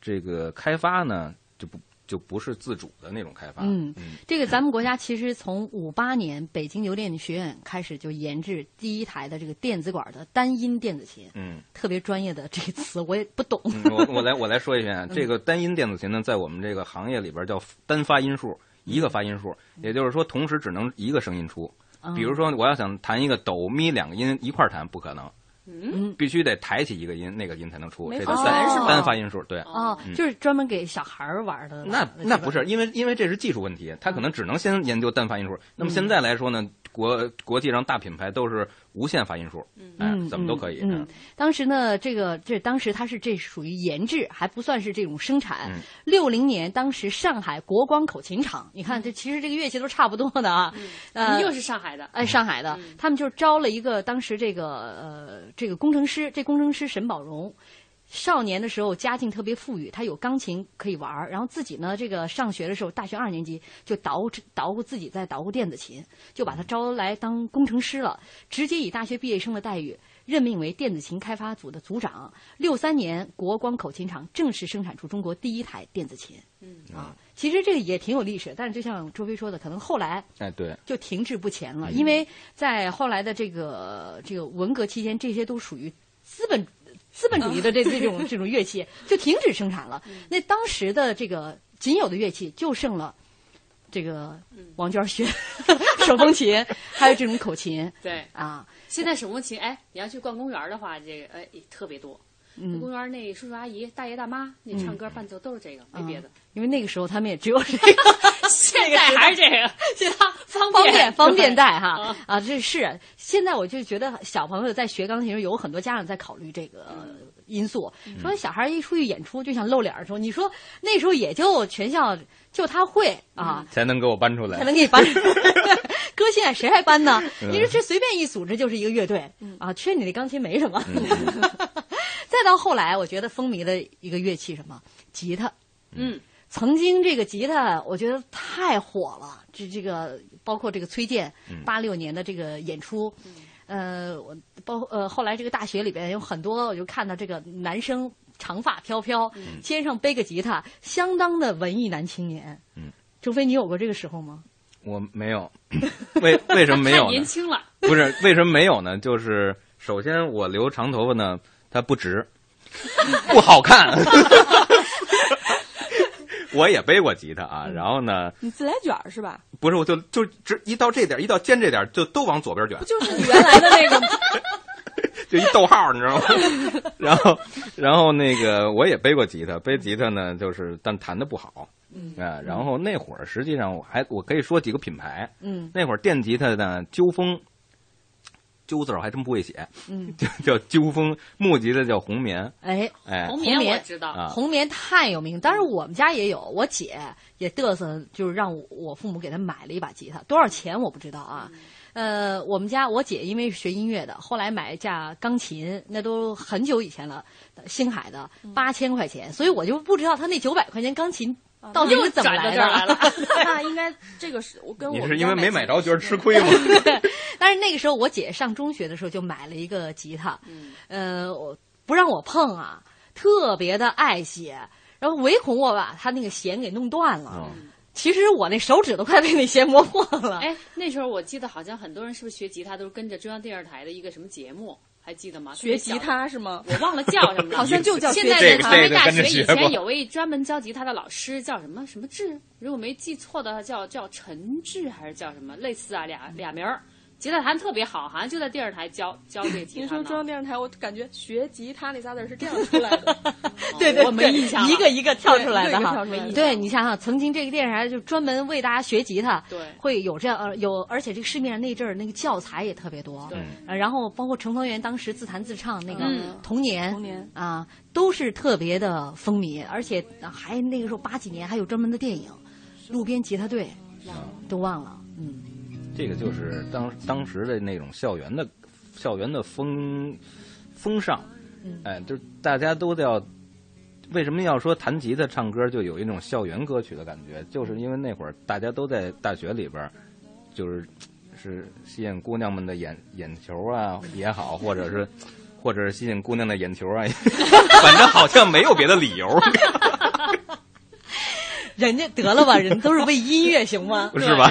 Speaker 7: 这个开发呢，就不就不是自主的那种开发。
Speaker 6: 嗯，这个咱们国家其实从五八年北京邮电学院开始就研制第一台的这个电子管的单音电子琴，
Speaker 7: 嗯，
Speaker 6: 特别专业的这个词我也不懂。
Speaker 7: 嗯我我来我来说一遍啊，
Speaker 6: 嗯
Speaker 7: 这个单音电子琴呢，在我们这个行业里边叫单发音数，一个发音数，也就是说同时只能一个声音出。
Speaker 6: 嗯
Speaker 7: 比如说，我要想弹一个哆咪两个音一块儿弹，不可能，
Speaker 6: 嗯，
Speaker 7: 必须得抬起一个音，那个音才能出，
Speaker 6: 没
Speaker 7: 这
Speaker 6: 法
Speaker 7: 叫
Speaker 6: 弹是
Speaker 7: 单
Speaker 6: 吗
Speaker 7: 单发音数。对，
Speaker 6: 哦，
Speaker 7: 嗯
Speaker 6: 就是专门给小孩儿玩的。
Speaker 7: 那那不是，因为因为这是技术问题，他可能只能先研究单发音数。
Speaker 6: 嗯
Speaker 7: 那么现在来说呢，国国际上大品牌都是无限发音数，哎，
Speaker 6: 嗯，
Speaker 7: 怎么都可以。
Speaker 6: 嗯，嗯当时呢，这个这当时它是这属于研制，还不算是这种生产。
Speaker 7: 嗯
Speaker 6: 六零、年，当时上海国光口琴厂，你
Speaker 7: 嗯
Speaker 6: 看这其实这个乐器都差不多的啊。呃，
Speaker 8: 又是上海的，
Speaker 6: 哎，上海的，他们就招了一个当时这个呃这个工程师，这工程师沈宝荣。少年的时候家境特别富裕，他有钢琴可以玩儿，然后自己呢，这个上学的时候，大学二年级就捣鼓捣鼓自己在捣鼓电子琴，就把他招来当工程师了，直接以大学毕业生的待遇任命为电子琴开发组的组长。六三年，国光口琴厂正式生产出中国第一台电子琴。
Speaker 8: 嗯
Speaker 6: 啊，其实这个也挺有历史，但是就像周飞说的，可能后来
Speaker 7: 哎，对，
Speaker 6: 就停滞不前了，
Speaker 7: 嗯
Speaker 6: 因为在后来的这个这个文革期间，这些都属于资本资本主义的这
Speaker 28: 嗯
Speaker 6: 这种这种乐器就停止生产了。那当时的这个仅有的乐器就剩了这个王娟学手风琴，还有这种口琴。
Speaker 8: 对
Speaker 6: 啊，
Speaker 8: 现在手风琴，哎，你要去逛公园儿的话，这个哎特别多。
Speaker 6: 嗯
Speaker 8: 公园儿那叔叔阿姨、大爷大妈，那唱歌伴奏都是这个，没别的 <laughs>
Speaker 6: 啊。因为那个时候他们也只有这个。
Speaker 8: 现在还是这个，现在方
Speaker 6: 方
Speaker 8: 便
Speaker 6: 方便带
Speaker 8: <laughs> 对
Speaker 6: 哈
Speaker 8: 啊
Speaker 6: 啊，这是现在我就觉得小朋友在学钢琴的时候，有很多家长在考虑这个因素，
Speaker 8: 嗯
Speaker 6: 说小孩一出去演出就想露脸的时候，你说那时候也就全校就他会
Speaker 8: 嗯
Speaker 6: 啊，
Speaker 7: 才能给我搬出来，
Speaker 6: 才能给你
Speaker 7: <laughs>
Speaker 6: 搬。搁现在谁还搬呢？
Speaker 7: 嗯
Speaker 6: 你说这随便一组织就是一个乐队啊，缺你那钢琴没什么。
Speaker 7: 嗯
Speaker 6: <laughs> 再到后来，我觉得风靡的一个乐器是什么，吉他。
Speaker 8: 嗯，
Speaker 6: 曾经这个吉他，我觉得太火了，这这个包括这个崔健
Speaker 8: 嗯
Speaker 6: 八六年的这个演出，呃，我包呃后来这个大学里边有很多，我就看到这个男生长发飘飘，
Speaker 7: 嗯
Speaker 6: 肩上背个吉他，相当的文艺男青年。
Speaker 7: 嗯，
Speaker 6: 除非你有过这个时候吗？
Speaker 7: 我
Speaker 6: <laughs>
Speaker 7: 没有，为为什么没有
Speaker 8: 太
Speaker 7: 呢？
Speaker 8: 年轻了，
Speaker 7: 不是为什么没有呢？就是首先我留长头发呢，它不直，不好看。 <laughs> 我也背过吉他啊，然后呢，
Speaker 10: 你自来卷儿是吧？
Speaker 7: 不是我就就直一到这点儿一到肩这点儿就都往左边卷，
Speaker 10: 就是你原来的那个吗？
Speaker 7: <laughs> 就一逗号，你知道吗？ <laughs> 然后然后那个我也背过吉他，背吉他呢就是但弹的不好。
Speaker 6: 嗯
Speaker 7: 啊，然后那会儿实际上我还我可以说几个品牌，
Speaker 6: 嗯
Speaker 7: 那会儿电吉他呢，纠风，纠字儿我还真不会写， <laughs>
Speaker 6: 嗯，
Speaker 7: 叫纠风；木吉他叫红棉，
Speaker 6: <laughs> 哎，
Speaker 7: 哎，
Speaker 6: 红棉
Speaker 8: 我知道
Speaker 7: 啊
Speaker 6: 红棉太有名，当然我们家也有，我姐也嘚瑟，就是让我我父母给她买了一把吉他，多少钱我不知道啊。呃，我们家我姐因为是学音乐的，后来买一架钢琴，那都很久以前了，呃星海的八千块钱，所以我就不知道她那九百块钱钢琴到底是怎么来的。
Speaker 10: <laughs> 那应该这个是我跟我
Speaker 7: 你
Speaker 10: 们
Speaker 7: 是
Speaker 10: 家
Speaker 7: 因为没买着觉得吃亏吗？
Speaker 6: 但是那个时候我姐上中学的时候就买了一个吉他，呃，我不让我碰啊，特别的爱惜，然后唯恐我把她那个弦给弄断
Speaker 7: 哦
Speaker 6: 了。
Speaker 7: 嗯
Speaker 6: 其实我那手指都快被那弦磨破了。
Speaker 8: 哎，那时候我记得好像很多人是不是学吉他都是跟着中央电视台的一个什么节目，还记得吗？
Speaker 10: 学吉他是吗？
Speaker 8: 我忘了叫什么了，
Speaker 10: 好像就叫
Speaker 8: 现在
Speaker 10: 学
Speaker 8: 的
Speaker 10: 吉他
Speaker 8: 传媒大
Speaker 10: 这个这个跟着
Speaker 8: 学以
Speaker 10: 学过
Speaker 8: 前有位专门教吉他的老师，叫什么什么志，如果没记错的话，叫叫陈志还是叫什么，类似啊俩俩名儿，吉他弹特别好，好像就在电视台教教这个吉
Speaker 3: <laughs>
Speaker 10: 您
Speaker 8: 他
Speaker 10: 说
Speaker 8: 呢。哦
Speaker 10: 中央电视台，我感觉“学吉他”那仨字儿是这样出来的。
Speaker 6: 对对，
Speaker 8: 我没印象了
Speaker 6: 一个一个跳出来的
Speaker 10: 对一个一个
Speaker 6: 哈
Speaker 10: 跳出来的。
Speaker 6: 对你想想，曾经这个电视台就专门为大家学吉他，
Speaker 8: 对
Speaker 6: 会有这样呃有，而且这个市面上那阵儿那个教材也特别多，
Speaker 8: 对
Speaker 6: 呃。然后包括程方圆当时自弹自唱那个
Speaker 8: 嗯
Speaker 6: 《童年》，
Speaker 10: 童年
Speaker 6: 啊，都是特别的风靡，而且呃还那个时候八几年还有专门的电影《路边吉他队》，都忘了。嗯
Speaker 7: 这个就是当当时的那种校园的校园的风风尚，
Speaker 6: 嗯
Speaker 7: 哎，就是大家都要。为什么要说弹吉他唱歌就有一种校园歌曲的感觉？就是因为那会儿大家都在大学里边儿，就是是吸引姑娘们的眼眼球啊也好，或
Speaker 8: <laughs>
Speaker 7: 者是或者是吸引姑娘的眼球啊，也反正好像没有别的
Speaker 8: <laughs>
Speaker 7: 理由，
Speaker 6: 人家得了吧，人都是为音乐行吗？
Speaker 7: <laughs> 是吧？
Speaker 6: <laughs>
Speaker 7: 啊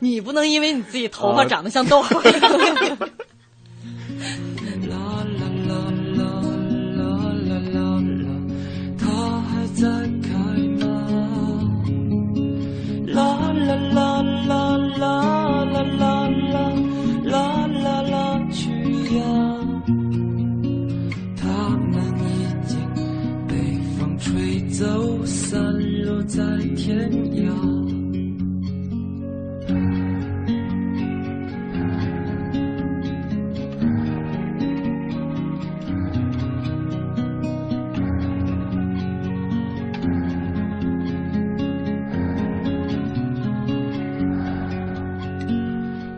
Speaker 6: 你不能因为你自己头发长得像豆花。 <laughs>
Speaker 13: 它还在开吗？啦啦啦啦啦啦啦啦啦啦啦去呀！它们已经被风吹走，散落在天涯。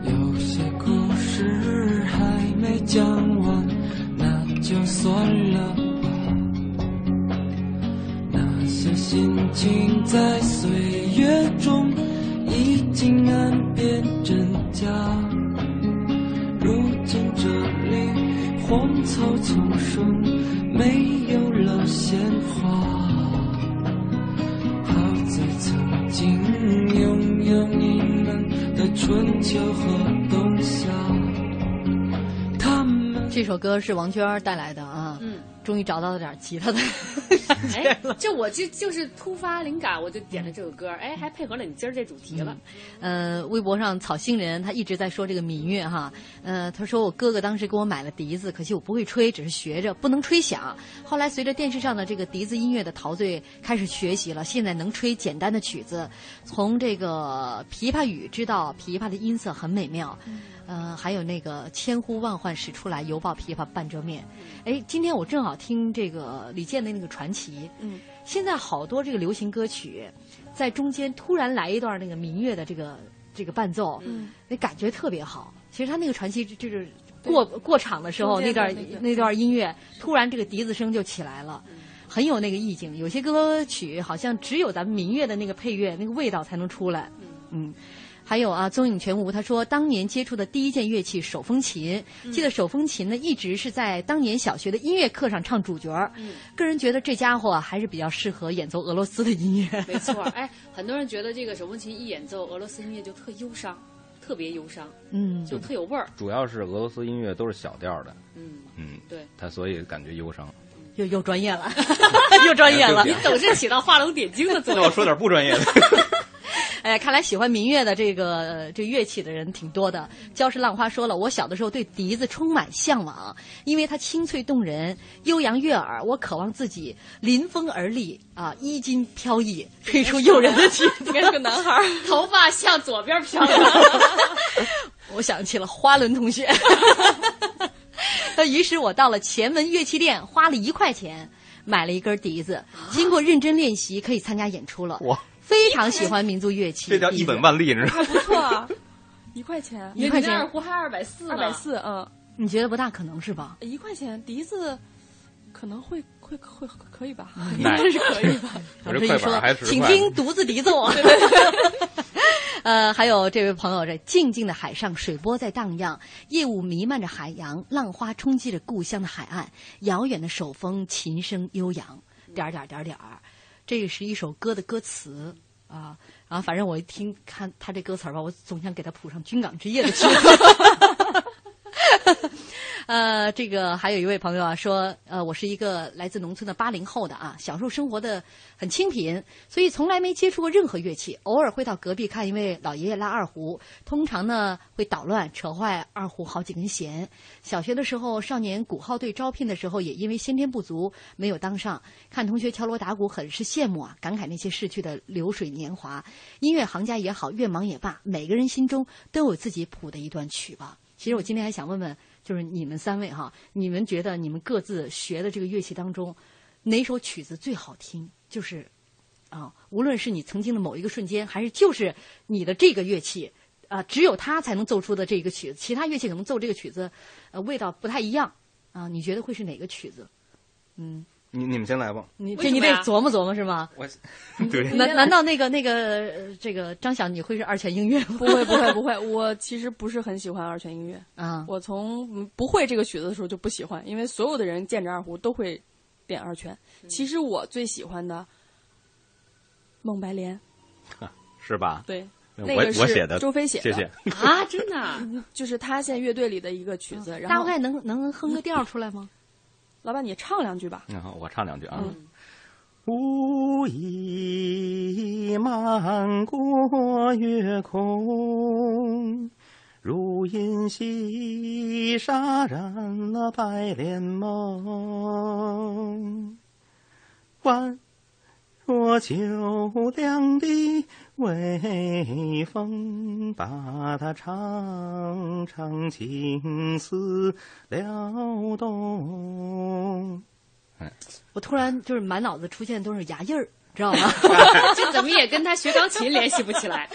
Speaker 13: 有些故事还没讲完，那就算了吧。那些心情在岁月中已经难辨真假。如今这里荒草丛生，没有了鲜花。好在曾经拥有你们的春秋和冬夏。
Speaker 6: 这首歌是王娟儿带来的啊。
Speaker 8: 嗯，
Speaker 6: 终于找到了点吉他的。
Speaker 8: 哎，这我这就是突发灵感，我就点了这首歌，哎，还配合了你今儿这主题了。
Speaker 6: 呃，微博上草星人他一直在说这个民乐哈，呃，他说我哥哥当时给我买了笛子，可惜我不会吹，只是学着，不能吹响。后来随着电视上的这个笛子音乐的陶醉，开始学习了，现在能吹简单的曲子，从这个琵琶语知道琵琶的音色很美妙。呃，还有那个千呼万唤始出来，犹抱琵琶半遮面。哎，今天我正好听这个李健的那个传奇，
Speaker 10: 嗯，
Speaker 6: 现在好多这个流行歌曲，在中间突然来一段那个民乐的这个这个伴奏，
Speaker 10: 嗯，
Speaker 6: 那感觉特别好。其实他那个传奇就是过过场的时候
Speaker 10: 中间
Speaker 6: 那段
Speaker 10: 的那个嗯
Speaker 6: 那段音乐，突然这个笛子声就起来了。很有那个意境，有些歌曲好像只有咱们民乐的那个配乐、那个味道才能出来。嗯，还有啊，踪影全无，他说当年接触的第一件乐器手风琴，
Speaker 10: 嗯
Speaker 6: 记得手风琴呢一直是在当年小学的音乐课上唱主角儿。
Speaker 8: 嗯
Speaker 6: 个人觉得这家伙啊还是比较适合演奏俄罗斯的音乐。
Speaker 8: <laughs> 没错，哎，很多人觉得这个手风琴一演奏俄罗斯音乐就特忧伤，特别忧伤，
Speaker 6: 嗯
Speaker 8: 就特有味
Speaker 10: <laughs>
Speaker 8: 儿。
Speaker 7: 主要是俄罗斯音乐都是小调的，
Speaker 8: 嗯
Speaker 7: 嗯，
Speaker 8: 对，
Speaker 7: 他所以感觉忧伤。
Speaker 6: 又又专
Speaker 27: <laughs>
Speaker 6: 业了，又专业了。
Speaker 7: 哎对不起啊你总
Speaker 8: 是起到画龙点睛的作
Speaker 7: 那我说点不专业的，
Speaker 6: 哎呀，看来喜欢民乐的这个呃这乐器的人挺多的。礁石浪花说了，我小的时候对笛子充满向往，因为它清脆动人、悠扬悦耳。我渴望自己临风而立啊，衣襟飘逸，吹出诱人的曲子。
Speaker 27: 应该是个男
Speaker 10: <laughs>
Speaker 27: 孩儿，
Speaker 8: 头发向左边飘了。
Speaker 6: 我想起了花轮同
Speaker 10: <laughs>
Speaker 6: 学。那于是我到了前门乐器店，花了一块钱买了一根笛子，
Speaker 10: 啊
Speaker 6: 经过认真练习，可以参加演出了。
Speaker 7: 哇，
Speaker 6: 非常喜欢民族乐器，
Speaker 7: 这叫一本万利，你知道
Speaker 10: 还
Speaker 7: 吗？
Speaker 10: 不错啊，一块钱，
Speaker 6: 一块钱，
Speaker 8: 胡还二百四
Speaker 10: 二百四，嗯，
Speaker 6: 你觉得不大可能是吧？
Speaker 10: 一块钱笛子可能会会会可以吧， <laughs> 应
Speaker 6: 那
Speaker 10: 该是可以吧。
Speaker 6: 老
Speaker 7: <laughs> 我
Speaker 6: 师
Speaker 7: 这
Speaker 6: 一
Speaker 7: 快
Speaker 6: 说
Speaker 7: 板还，是
Speaker 6: 请
Speaker 7: 快
Speaker 6: 听独自笛奏。 <laughs> 呃，还有这位朋友，这静静的海上，水波在荡漾，夜雾弥漫着海洋，浪花冲击着故乡的海岸，遥远的手风琴声悠扬，点儿点儿点儿点儿，这是一首歌的歌词啊。然后反正我一听看他这歌词儿吧，我总想给他谱上《军港之夜》的曲子。呃，这个还有一位朋友啊说，呃，我是一个来自农村的八零后的啊，享受生活的很清贫，所以从来没接触过任何乐器，偶尔会到隔壁看一位老爷爷拉二胡，通常呢会捣乱扯坏二胡好几根弦。小学的时候，少年鼓号队招聘的时候，也因为先天不足没有当上，看同学敲锣打鼓，很是羡慕啊，感慨那些逝去的流水年华。音乐行家也好，乐盲也罢，每个人心中都有自己谱的一段曲吧。其实我今天还想问问，就是你们三位哈，你们觉得你们各自学的这个乐器当中，哪首曲子最好听？就是啊，无论是你曾经的某一个瞬间，还是就是你的这个乐器啊，只有它才能奏出的这个曲子，其他乐器可能奏这个曲子，呃，味道不太一样啊。你觉得会是哪个曲子？嗯，
Speaker 7: 你你们先来吧。
Speaker 6: 你
Speaker 7: 为
Speaker 6: 这
Speaker 7: 什
Speaker 6: 你
Speaker 7: 么
Speaker 6: 得
Speaker 7: 呀
Speaker 6: 琢磨琢磨是吗？
Speaker 7: 我
Speaker 10: 嗯
Speaker 7: 对，
Speaker 6: <laughs> 难难道那个那个呃这个张晓你会是二泉映月吗？
Speaker 10: 不会不会不会，我其实不是很喜欢二泉映月
Speaker 6: <laughs> 啊
Speaker 10: 我从嗯不会这个曲子的时候就不喜欢，因为所有的人见着二胡都会点二泉。其实我最喜欢的《梦白莲》，
Speaker 7: 是吧？
Speaker 10: 对，
Speaker 7: 我
Speaker 10: 那个是
Speaker 7: 我写的，
Speaker 10: 周飞写的，
Speaker 7: 谢谢。
Speaker 6: 啊，真的、
Speaker 10: 就是他现在乐队里的一个曲子。然
Speaker 6: 大
Speaker 10: 后
Speaker 6: 概能能哼个调出来吗？
Speaker 10: 老板，你唱两句吧。
Speaker 25: 嗯
Speaker 7: 然后我唱两句啊。
Speaker 25: 无意漫过月空，如影西沙染了白莲梦。宛若秋凉的微风，把它常常情思撩动。
Speaker 6: <laughs> 我突然就是满脑子出现都是牙印儿，知道吗？
Speaker 8: <laughs>
Speaker 6: <laughs>
Speaker 8: 这怎么也跟他学钢琴联系不起来？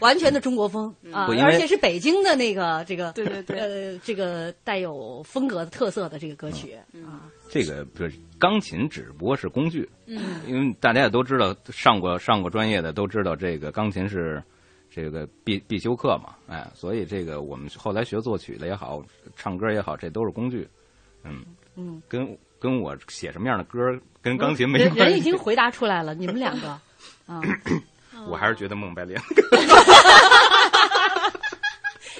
Speaker 6: 完全的中国风啊
Speaker 7: 不因，为
Speaker 6: 而且是北京的那个这个，对
Speaker 10: 对对，
Speaker 6: 呃，这个带有风格特色的这个歌曲啊，
Speaker 7: 这个不是钢琴，只不过是工具。
Speaker 6: 嗯
Speaker 7: 因为大家也都知道，上过上过专业的都知道，这个钢琴是这个必必修课嘛，哎，所以这个我们后来学作曲的也好，唱歌也好，这都是工具。嗯，
Speaker 6: 嗯，
Speaker 7: 跟跟我写什么样的歌跟嗯钢琴没
Speaker 6: 人
Speaker 7: 关系。
Speaker 6: 人已经回答出来了，你们两 <laughs> 个啊，
Speaker 7: <laughs> 我还是觉得孟白
Speaker 6: 哦
Speaker 7: 莲。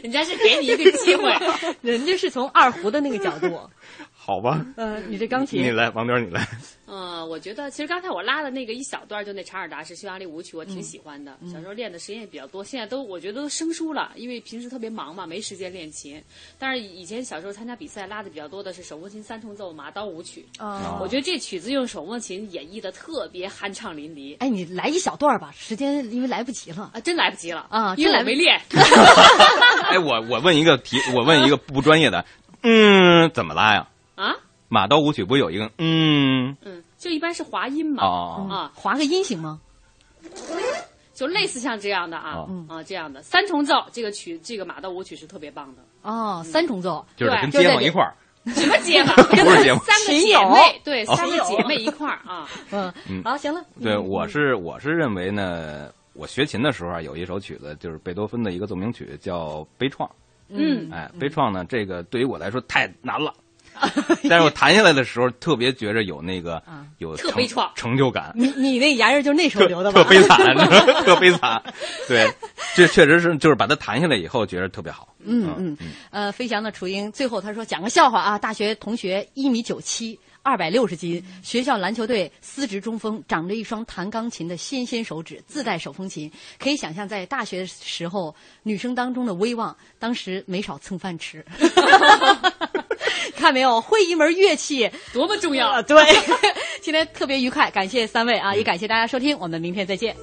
Speaker 8: 人家是给你一个机会，
Speaker 6: <laughs> 人家是从二胡的那个角度，
Speaker 7: <laughs> 好吧，
Speaker 27: 呃，你这钢琴，
Speaker 7: 你来，王彪，你来。
Speaker 8: 嗯，我觉得其实刚才我拉的那个一小段，就那查尔达是匈牙利舞曲，我挺喜欢的。
Speaker 27: 嗯嗯
Speaker 8: 小时候练的时间也比较多，现在都我觉得都生疏了，因为平时特别忙嘛，没时间练琴。但是以前小时候参加比赛拉的比较多的是手风琴三重奏《马刀舞曲》
Speaker 6: 哦
Speaker 8: 我觉得这曲子用手风琴演绎的特别酣畅淋漓。
Speaker 6: 哎，你来一小段儿吧，时间因为来不及了
Speaker 8: 啊，真来不及了
Speaker 6: 啊，
Speaker 8: 因为我
Speaker 6: 真来不
Speaker 8: 没练。
Speaker 7: 哎，我我问一个题，我问一个不专业的，嗯，怎么拉呀？
Speaker 8: 啊，
Speaker 7: 马刀舞曲不有一个嗯
Speaker 8: 嗯，就一般是滑音嘛，
Speaker 7: 哦
Speaker 8: 啊，
Speaker 6: 划个音行吗？
Speaker 8: 就类似像这样的啊
Speaker 7: 哦，嗯
Speaker 8: 啊这样的三重奏这个曲，这个马道舞曲是特别棒的。
Speaker 6: 哦，三重奏
Speaker 7: 就是跟街坊
Speaker 6: <laughs>
Speaker 7: 一块儿，
Speaker 8: 什么街坊？
Speaker 7: 不是街坊
Speaker 8: 三个
Speaker 6: 群
Speaker 8: 姐
Speaker 6: 友
Speaker 8: 妹，对，
Speaker 7: 哦
Speaker 8: 三个姐妹一块儿啊。
Speaker 6: <laughs> 嗯
Speaker 7: 嗯
Speaker 6: 好，行了。
Speaker 7: 对，我是我是认为呢，我学琴的时候啊，有一首曲子就是贝多芬的一个奏鸣曲，叫《悲怆》。
Speaker 8: 嗯
Speaker 7: 哎，《悲怆》呢，这个对于我来说太
Speaker 6: <laughs>
Speaker 7: 难了，但是我弹下来的时候，特别觉着有那个有
Speaker 6: 嗯特
Speaker 7: 成
Speaker 6: 悲怆
Speaker 7: 成就感，
Speaker 6: 你你那牙印儿就是那时候
Speaker 7: 特
Speaker 6: 留的吧？
Speaker 7: 特悲惨， <laughs> 特悲惨。对，这确实是就是把它弹下来以后，觉得特别好。
Speaker 6: 嗯嗯，呃，飞翔的雏鹰最后他说讲个笑话啊，大学同学一米九七，二百六十斤，学校篮球队司职中锋，长着一双弹钢琴的纤纤手指，自带手风琴，可以想象在大学时候女生当中的威望，当时没少蹭饭
Speaker 7: <laughs>
Speaker 6: 吃。 <laughs> 看没有，会一门乐器
Speaker 8: 多么重要！
Speaker 6: <laughs>
Speaker 7: 嗯
Speaker 6: 对，今天特别愉快，感谢三位啊，也感谢大家收听，我们明天再见。